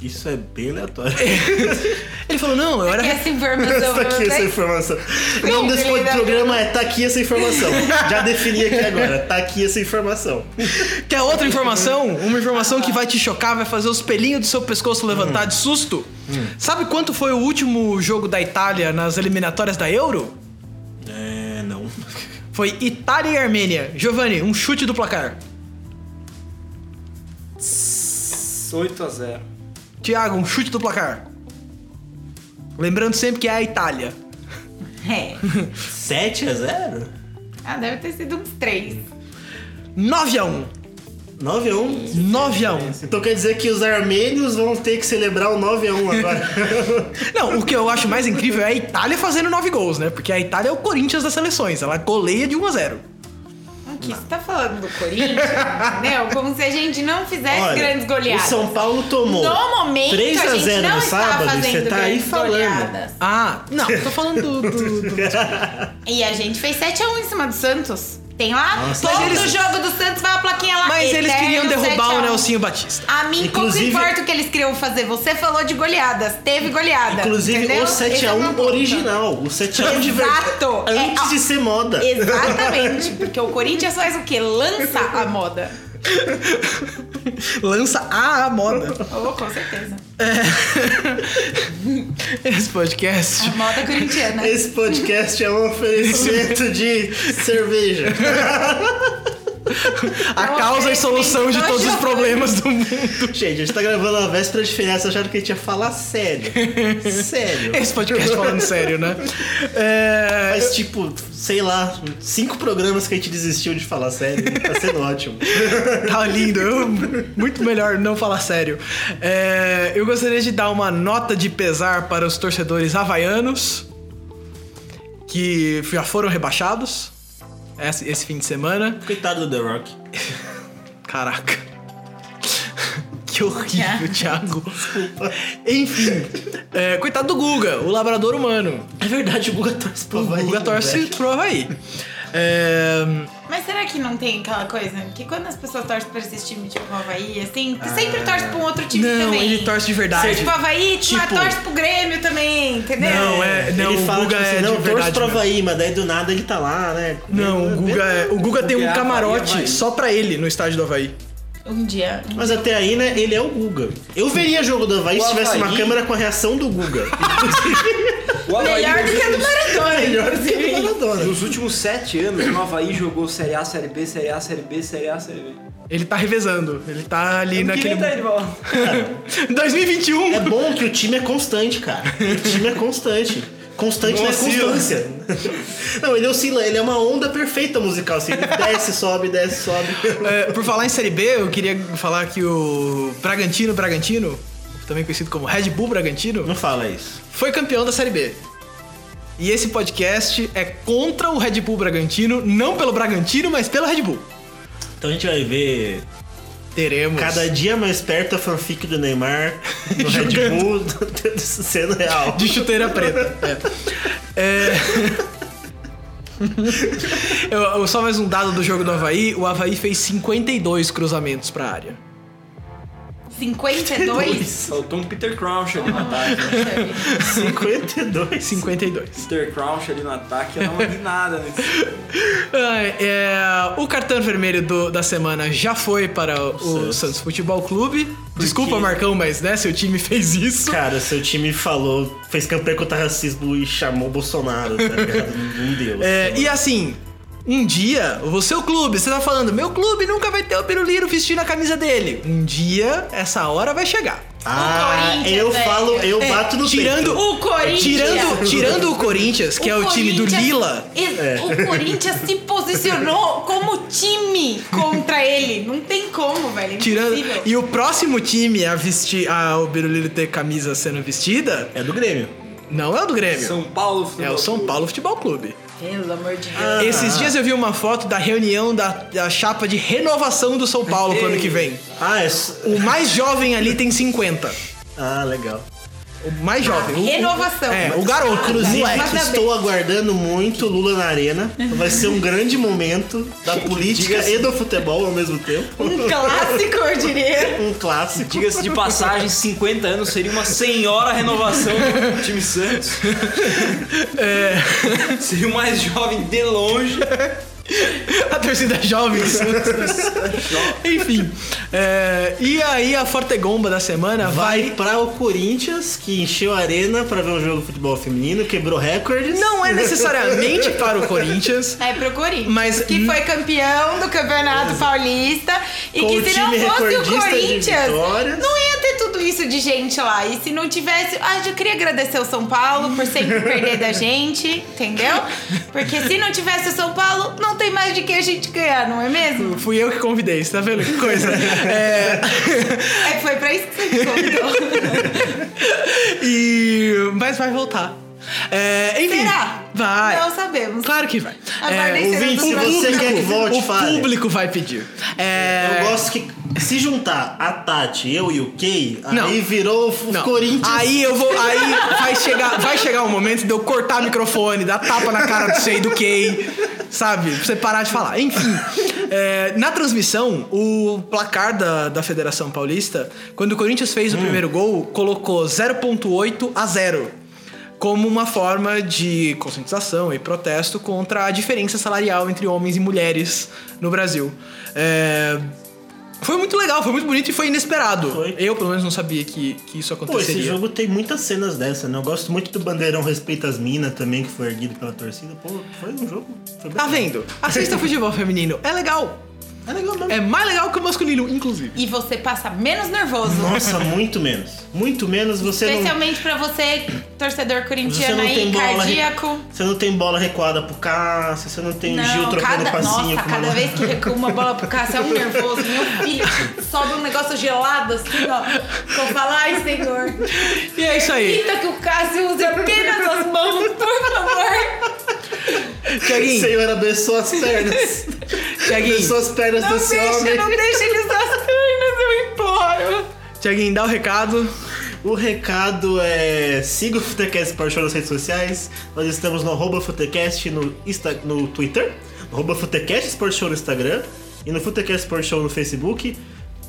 Speaker 5: Isso é bem aleatório.
Speaker 3: *laughs* Ele falou: "Não, eu era
Speaker 4: Essa informação,
Speaker 5: tá aqui
Speaker 4: eu
Speaker 5: essa
Speaker 4: sei.
Speaker 5: informação. O nome desse programa é Tá aqui essa informação. Já defini aqui agora, tá aqui essa informação.
Speaker 3: Quer outra informação? Uma informação que vai te chocar, vai fazer os pelinhos do seu pescoço levantar de susto? Sabe quanto foi o último jogo da Itália nas eliminatórias da Euro?
Speaker 5: É, não.
Speaker 3: Foi Itália e Armênia. Giovanni, um chute do placar.
Speaker 6: 8x0.
Speaker 3: Tiago, um chute do placar. Lembrando sempre que é a Itália.
Speaker 4: É.
Speaker 5: 7 a 0?
Speaker 4: Ah, deve ter sido uns três.
Speaker 3: 9x1.
Speaker 5: 9 a 1?
Speaker 3: 9x1.
Speaker 5: Então quer dizer que os armênios vão ter que celebrar o 9 a 1 *laughs* agora.
Speaker 3: Não, o que eu acho mais incrível é a Itália fazendo 9 gols, né? Porque a Itália é o Corinthians das seleções. Ela goleia de 1x0.
Speaker 4: O que você tá falando do
Speaker 5: *laughs*
Speaker 4: Corinthians? entendeu? Como se a gente não fizesse
Speaker 5: Olha,
Speaker 4: grandes
Speaker 5: O
Speaker 4: goleadas.
Speaker 5: São Paulo tomou.
Speaker 4: No momento,
Speaker 5: 3
Speaker 4: a
Speaker 5: a
Speaker 4: gente
Speaker 5: 0
Speaker 4: não
Speaker 5: no
Speaker 4: está
Speaker 5: sábado,
Speaker 4: fazendo
Speaker 5: você tá aí
Speaker 4: grandes
Speaker 5: falando.
Speaker 4: goleadas.
Speaker 3: Ah, não, tô falando do. do- do-
Speaker 4: E a gente fez 7x1 em cima do Santos. Tem lá,
Speaker 5: Nossa,
Speaker 4: todo
Speaker 5: mas eles-
Speaker 4: jogo do Santos vai a plaquinha lá.
Speaker 3: Mas eles
Speaker 4: "Eterno
Speaker 3: queriam
Speaker 4: 7 a
Speaker 3: derrubar o
Speaker 4: 1".
Speaker 3: Nelsinho Batista.
Speaker 4: A mim pouco
Speaker 5: Inclusive-
Speaker 4: importa o que eles queriam fazer. Você falou de goleadas. Teve goleada.
Speaker 5: Inclusive
Speaker 4: entendeu?
Speaker 5: o
Speaker 3: um
Speaker 4: Esse é
Speaker 5: 7x1
Speaker 4: uma
Speaker 5: original. O 7x1 de verdade.
Speaker 4: Exato. É,
Speaker 5: Antes
Speaker 4: ó,
Speaker 5: de ser moda.
Speaker 4: Exatamente, porque o Corinthians faz o quê? Lança a moda.
Speaker 3: Lança a moda.
Speaker 4: Oh, com certeza.
Speaker 3: É. Esse
Speaker 4: A
Speaker 3: podcast.
Speaker 4: moda corintiana.
Speaker 5: Esse podcast é um oferecimento de cerveja.
Speaker 3: A
Speaker 4: Não,
Speaker 3: causa e
Speaker 4: é,
Speaker 3: solução de
Speaker 4: então
Speaker 3: todos
Speaker 4: já
Speaker 3: os
Speaker 4: foi.
Speaker 3: problemas do mundo.
Speaker 5: Gente, a gente tá gravando a véspera de feriado, vocês acharam que a gente ia falar sério. Sério.
Speaker 3: Esse podcast falando sério, né? É,
Speaker 5: Mas, tipo, sei lá, cinco programas que a gente desistiu de falar sério. Tá sendo ótimo.
Speaker 3: Tá lindo, eu- muito melhor não falar sério. É, eu gostaria de dar uma nota de pesar para os torcedores havaianos que já foram rebaixados esse, esse fim de semana.
Speaker 5: Coitado do The Rock.
Speaker 3: Caraca. Que horrível,
Speaker 5: *laughs*
Speaker 3: Thiago. Enfim, é, coitado do Guga, o labrador humano.
Speaker 5: É verdade, o Guga torce pro
Speaker 3: O
Speaker 5: Havaí, né?
Speaker 3: Guga torce
Speaker 5: velho.
Speaker 3: pro Havaí. É,
Speaker 4: Mas será que não tem aquela coisa que quando as pessoas torcem pra esses times tipo Havaí, assim, tu sempre torce pra um outro time
Speaker 3: não,
Speaker 4: também.
Speaker 3: ele torce de verdade.
Speaker 4: Tipo Havaí, tu mas
Speaker 3: Tipo-
Speaker 4: torce pro Grêmio também, entendeu?
Speaker 3: Não, é. Não,
Speaker 5: ele fala
Speaker 3: o Guga
Speaker 5: tipo assim,
Speaker 3: é
Speaker 5: não,
Speaker 3: de
Speaker 5: torce
Speaker 3: verdade.
Speaker 5: pro
Speaker 3: mesmo.
Speaker 5: Havaí, mas daí do nada ele tá lá, né?
Speaker 3: Não, o Guga, é- o Guga tem
Speaker 6: Guga
Speaker 3: um
Speaker 6: é
Speaker 3: camarote
Speaker 6: Havaí.
Speaker 3: só pra ele no estádio do Havaí.
Speaker 4: Um dia.
Speaker 5: Mas até aí, né, ele é o Guga. Eu veria jogo do Havaí
Speaker 6: O
Speaker 5: se tivesse uma
Speaker 6: Havaí-
Speaker 5: câmera com a reação do Guga.
Speaker 6: O Havaí
Speaker 4: Melhor do que a do
Speaker 6: nos-
Speaker 4: Maradona,
Speaker 5: Então é Melhor
Speaker 3: *laughs*
Speaker 5: do que
Speaker 4: inclusive.
Speaker 5: o Maradona.
Speaker 6: Nos últimos sete anos, o Havaí jogou Série A, Série B, Série A, Série B, Série A, Série B.
Speaker 3: Ele tá revezando. Ele tá ali
Speaker 6: Eu não
Speaker 3: naquele.
Speaker 6: queria tá de volta.
Speaker 3: *laughs* 2021!
Speaker 5: É bom que o time é constante, cara. O time é constante. Constante
Speaker 3: Não
Speaker 5: não é
Speaker 3: oscila.
Speaker 5: constância. Não, ele oscila, ele é uma onda perfeita musical, assim. Ele desce, sobe, desce, sobe.
Speaker 3: É, por falar em Série B, eu queria falar que o Bragantino Bragantino, também conhecido como Red Bull Bragantino,
Speaker 5: Não fala isso.
Speaker 3: foi campeão da Série B. E esse podcast é contra o Red Bull Bragantino, não pelo Bragantino, mas pelo Red Bull.
Speaker 5: Então a gente vai ver
Speaker 3: Teremos.
Speaker 5: cada dia mais perto a fanfic do Neymar do Red
Speaker 3: *laughs* Jogando.
Speaker 5: Bull sendo real.
Speaker 3: *laughs* De chuteira preta. É. É. Eu, eu- só mais um dado do jogo do Havaí. O Havaí fez 52 cruzamentos pra área.
Speaker 4: 52?
Speaker 6: Faltou um Peter Crouch ali no ataque. Um
Speaker 4: Poxa vida.
Speaker 5: 52.
Speaker 3: 52.
Speaker 6: Peter Crouch ali no ataque, ia dar uma guinada nesse.
Speaker 3: Ai, é, o cartão vermelho do- da semana já foi para o
Speaker 5: Santos.
Speaker 3: Santos Futebol Clube. Desculpa, Marcão, mas né, seu time fez isso.
Speaker 5: Cara, seu time falou, fez campanha contra racismo e chamou o Bolsonaro, tá ligado? Não deu.
Speaker 3: É, e assim, um dia, o seu clube, você tá falando, meu clube nunca vai ter o Piruliro vestindo a camisa dele. Um dia, essa hora vai chegar.
Speaker 5: ah,
Speaker 4: Corinthians,
Speaker 5: eu
Speaker 4: velho.
Speaker 5: falo, eu
Speaker 3: É,
Speaker 5: bato no
Speaker 3: tirando
Speaker 5: peito.
Speaker 4: O Corinthians.
Speaker 3: Tirando, tirando o Corinthians, que é o time do
Speaker 4: Corinthians-
Speaker 3: Lila. É.
Speaker 4: Ex- O Corinthians se posicionou como time contra ele. Não tem como, velho. É
Speaker 3: Tirando,
Speaker 4: impossível.
Speaker 3: e o próximo time a vestir a o Biruliro ter camisa sendo vestida
Speaker 5: É do Grêmio.
Speaker 3: não é o do Grêmio.
Speaker 6: São Paulo,
Speaker 3: é o São Paulo Futebol Clube.
Speaker 4: Pelo amor de Deus.
Speaker 5: Ah.
Speaker 3: Esses dias eu vi uma foto da reunião da, da chapa de renovação do São Paulo pro ano que vem.
Speaker 5: Ah, é. s-
Speaker 3: O mais jovem ali tem 50.
Speaker 5: Ah, legal.
Speaker 3: O mais jovem. O- o-
Speaker 4: Ah, Renovação.
Speaker 3: é, o garoto. é.
Speaker 5: Inclusive,
Speaker 3: moleque.
Speaker 4: Mas tá
Speaker 5: estou aguardando muito Lula na arena. Vai ser um grande momento da política e do futebol ao mesmo tempo.
Speaker 4: Um clássico, eu diria.
Speaker 5: Um clássico.
Speaker 6: Diga-se de passagem, 50 anos seria uma senhora renovação do time Santos.
Speaker 3: É.
Speaker 6: Seria o mais jovem de longe.
Speaker 3: A torcida é jovem.
Speaker 4: *laughs*
Speaker 3: Enfim. é, e aí a Fortegomba da semana vai.
Speaker 5: Vai para o Corinthians, que encheu a arena para ver um jogo de futebol feminino, quebrou recordes.
Speaker 3: Não é necessariamente para o Corinthians.
Speaker 4: É pro Corinthians.
Speaker 3: Mas-
Speaker 4: que foi campeão do Campeonato Paulista. E
Speaker 5: Com o
Speaker 4: que se não
Speaker 5: time
Speaker 4: fosse o
Speaker 5: recordista de
Speaker 4: Corinthians,
Speaker 5: vitórias.
Speaker 4: não ia ter tudo isso de gente lá. E se não tivesse. Ah, eu queria agradecer o São Paulo por sempre perder da gente, entendeu? Porque se não tivesse o São Paulo, não tem mais de que a gente ganhar, não é mesmo?
Speaker 3: Fui eu que convidei, você tá vendo que
Speaker 4: *laughs*
Speaker 3: coisa? É,
Speaker 4: É, foi pra isso que você me convidou.
Speaker 3: *laughs* e. Mas vai voltar. É, enfim,
Speaker 4: Será?
Speaker 3: Vai.
Speaker 4: Não sabemos.
Speaker 3: Claro que vai. É,
Speaker 4: Aguardem será
Speaker 5: ouvinte,
Speaker 4: do
Speaker 5: se
Speaker 4: próximo.
Speaker 5: você quer que volte,
Speaker 3: o
Speaker 5: fale.
Speaker 3: público vai pedir. É,
Speaker 5: Eu gosto que se juntar a Tati, eu e o Kay, aí
Speaker 3: Não.
Speaker 5: virou o
Speaker 3: Não.
Speaker 5: Corinthians.
Speaker 3: Aí eu vou. Aí vai chegar, vai chegar um momento de eu cortar o microfone, dar tapa na cara do sei do Kay, sabe? Pra você parar de falar. Enfim. é, na transmissão, o placar da, da Federação Paulista, quando o Corinthians fez o primeiro gol, colocou 0,8 a 0. Como uma forma de conscientização e protesto contra a diferença salarial entre homens e mulheres no Brasil. É, Foi muito legal, foi muito bonito e foi inesperado.
Speaker 5: Foi.
Speaker 3: Eu, pelo menos, não sabia que, que isso
Speaker 5: Pô,
Speaker 3: aconteceria.
Speaker 5: esse jogo tem muitas cenas dessa, né? Eu gosto muito do Bandeirão Respeita as Minas também, que foi erguido pela torcida. Pô, foi um jogo. Foi
Speaker 3: Tá vendo? Assista futebol feminino. É legal.
Speaker 5: *laughs* É legal mesmo.
Speaker 3: É mais legal que o masculino, inclusive.
Speaker 4: E você passa menos nervoso.
Speaker 5: Nossa, muito menos. Muito menos você não.
Speaker 4: Especialmente pra você, torcedor
Speaker 5: Você
Speaker 4: corintiano
Speaker 5: não
Speaker 4: aí,
Speaker 5: tem bola. re-
Speaker 4: cardíaco.
Speaker 5: Você não tem bola recuada pro Cássio, você não tem o Gil
Speaker 4: Não,
Speaker 5: trocando
Speaker 4: cada,
Speaker 5: passinho
Speaker 4: nossa,
Speaker 5: com uma
Speaker 4: cada vez que recua uma bola pro Cássio é um nervoso, meu filho. Sobe um negócio gelado assim, ó. Que eu falo, ai, senhor.
Speaker 3: E é isso aí.
Speaker 4: Evita que o Cássio use apenas as mãos, por favor.
Speaker 3: Tiaguinho,
Speaker 5: *laughs* Senhor, abençoa as
Speaker 3: *laughs*
Speaker 5: pernas.
Speaker 3: Tiaguinho,
Speaker 5: abençoa as pernas
Speaker 4: Não
Speaker 5: desse
Speaker 4: deixa,
Speaker 5: homem.
Speaker 4: não deixa ele usar as pernas, eu imploro.
Speaker 3: Tiaguinho, dá o recado.
Speaker 5: O recado é: siga o Futecast Power Show nas redes sociais. Nós estamos no arroba Futecast no, Insta, no Twitter, no arroba Futecast Sport Show no Instagram e no Futecast Sport Show no Facebook.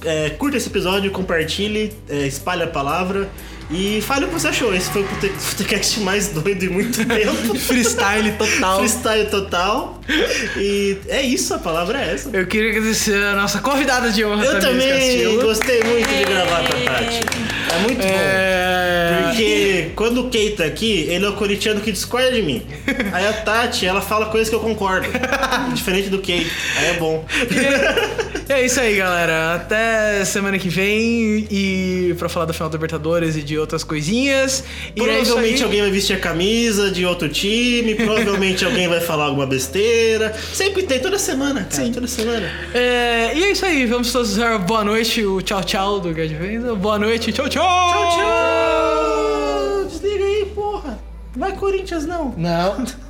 Speaker 5: É, curta esse episódio, compartilhe, é, espalhe a palavra e fale o que você achou. Esse foi o Fute- Futecast mais doido em muito tempo.
Speaker 3: Freestyle total.
Speaker 5: Freestyle total. E é isso, a palavra é essa.
Speaker 3: Eu queria agradecer a nossa convidada de honra,
Speaker 5: Eu
Speaker 3: Tamires
Speaker 5: também
Speaker 3: Castillo.
Speaker 5: gostei muito de gravar com a Tati. É muito bom.
Speaker 3: É...
Speaker 5: Porque quando o Kei tá aqui, ele é o corintiano que discorda de mim. Aí a Tati, ela fala coisas que eu concordo. Diferente do Kei. Aí é bom.
Speaker 3: E é isso aí, galera. Até semana que vem e pra falar da final da Libertadores e de outras coisinhas. E é isso
Speaker 5: Provavelmente
Speaker 3: aí.
Speaker 5: alguém vai vestir a camisa de outro time, provavelmente alguém vai falar alguma besteira. Sempre tem, toda semana, cara. Sim. Toda semana.
Speaker 3: É, e é isso aí. Vamos todos usar boa noite, o tchau tchau do Gad Venza. Boa noite, tchau tchau. Tchau
Speaker 5: Desliga aí, porra. Não é Corinthians, não.
Speaker 3: Não.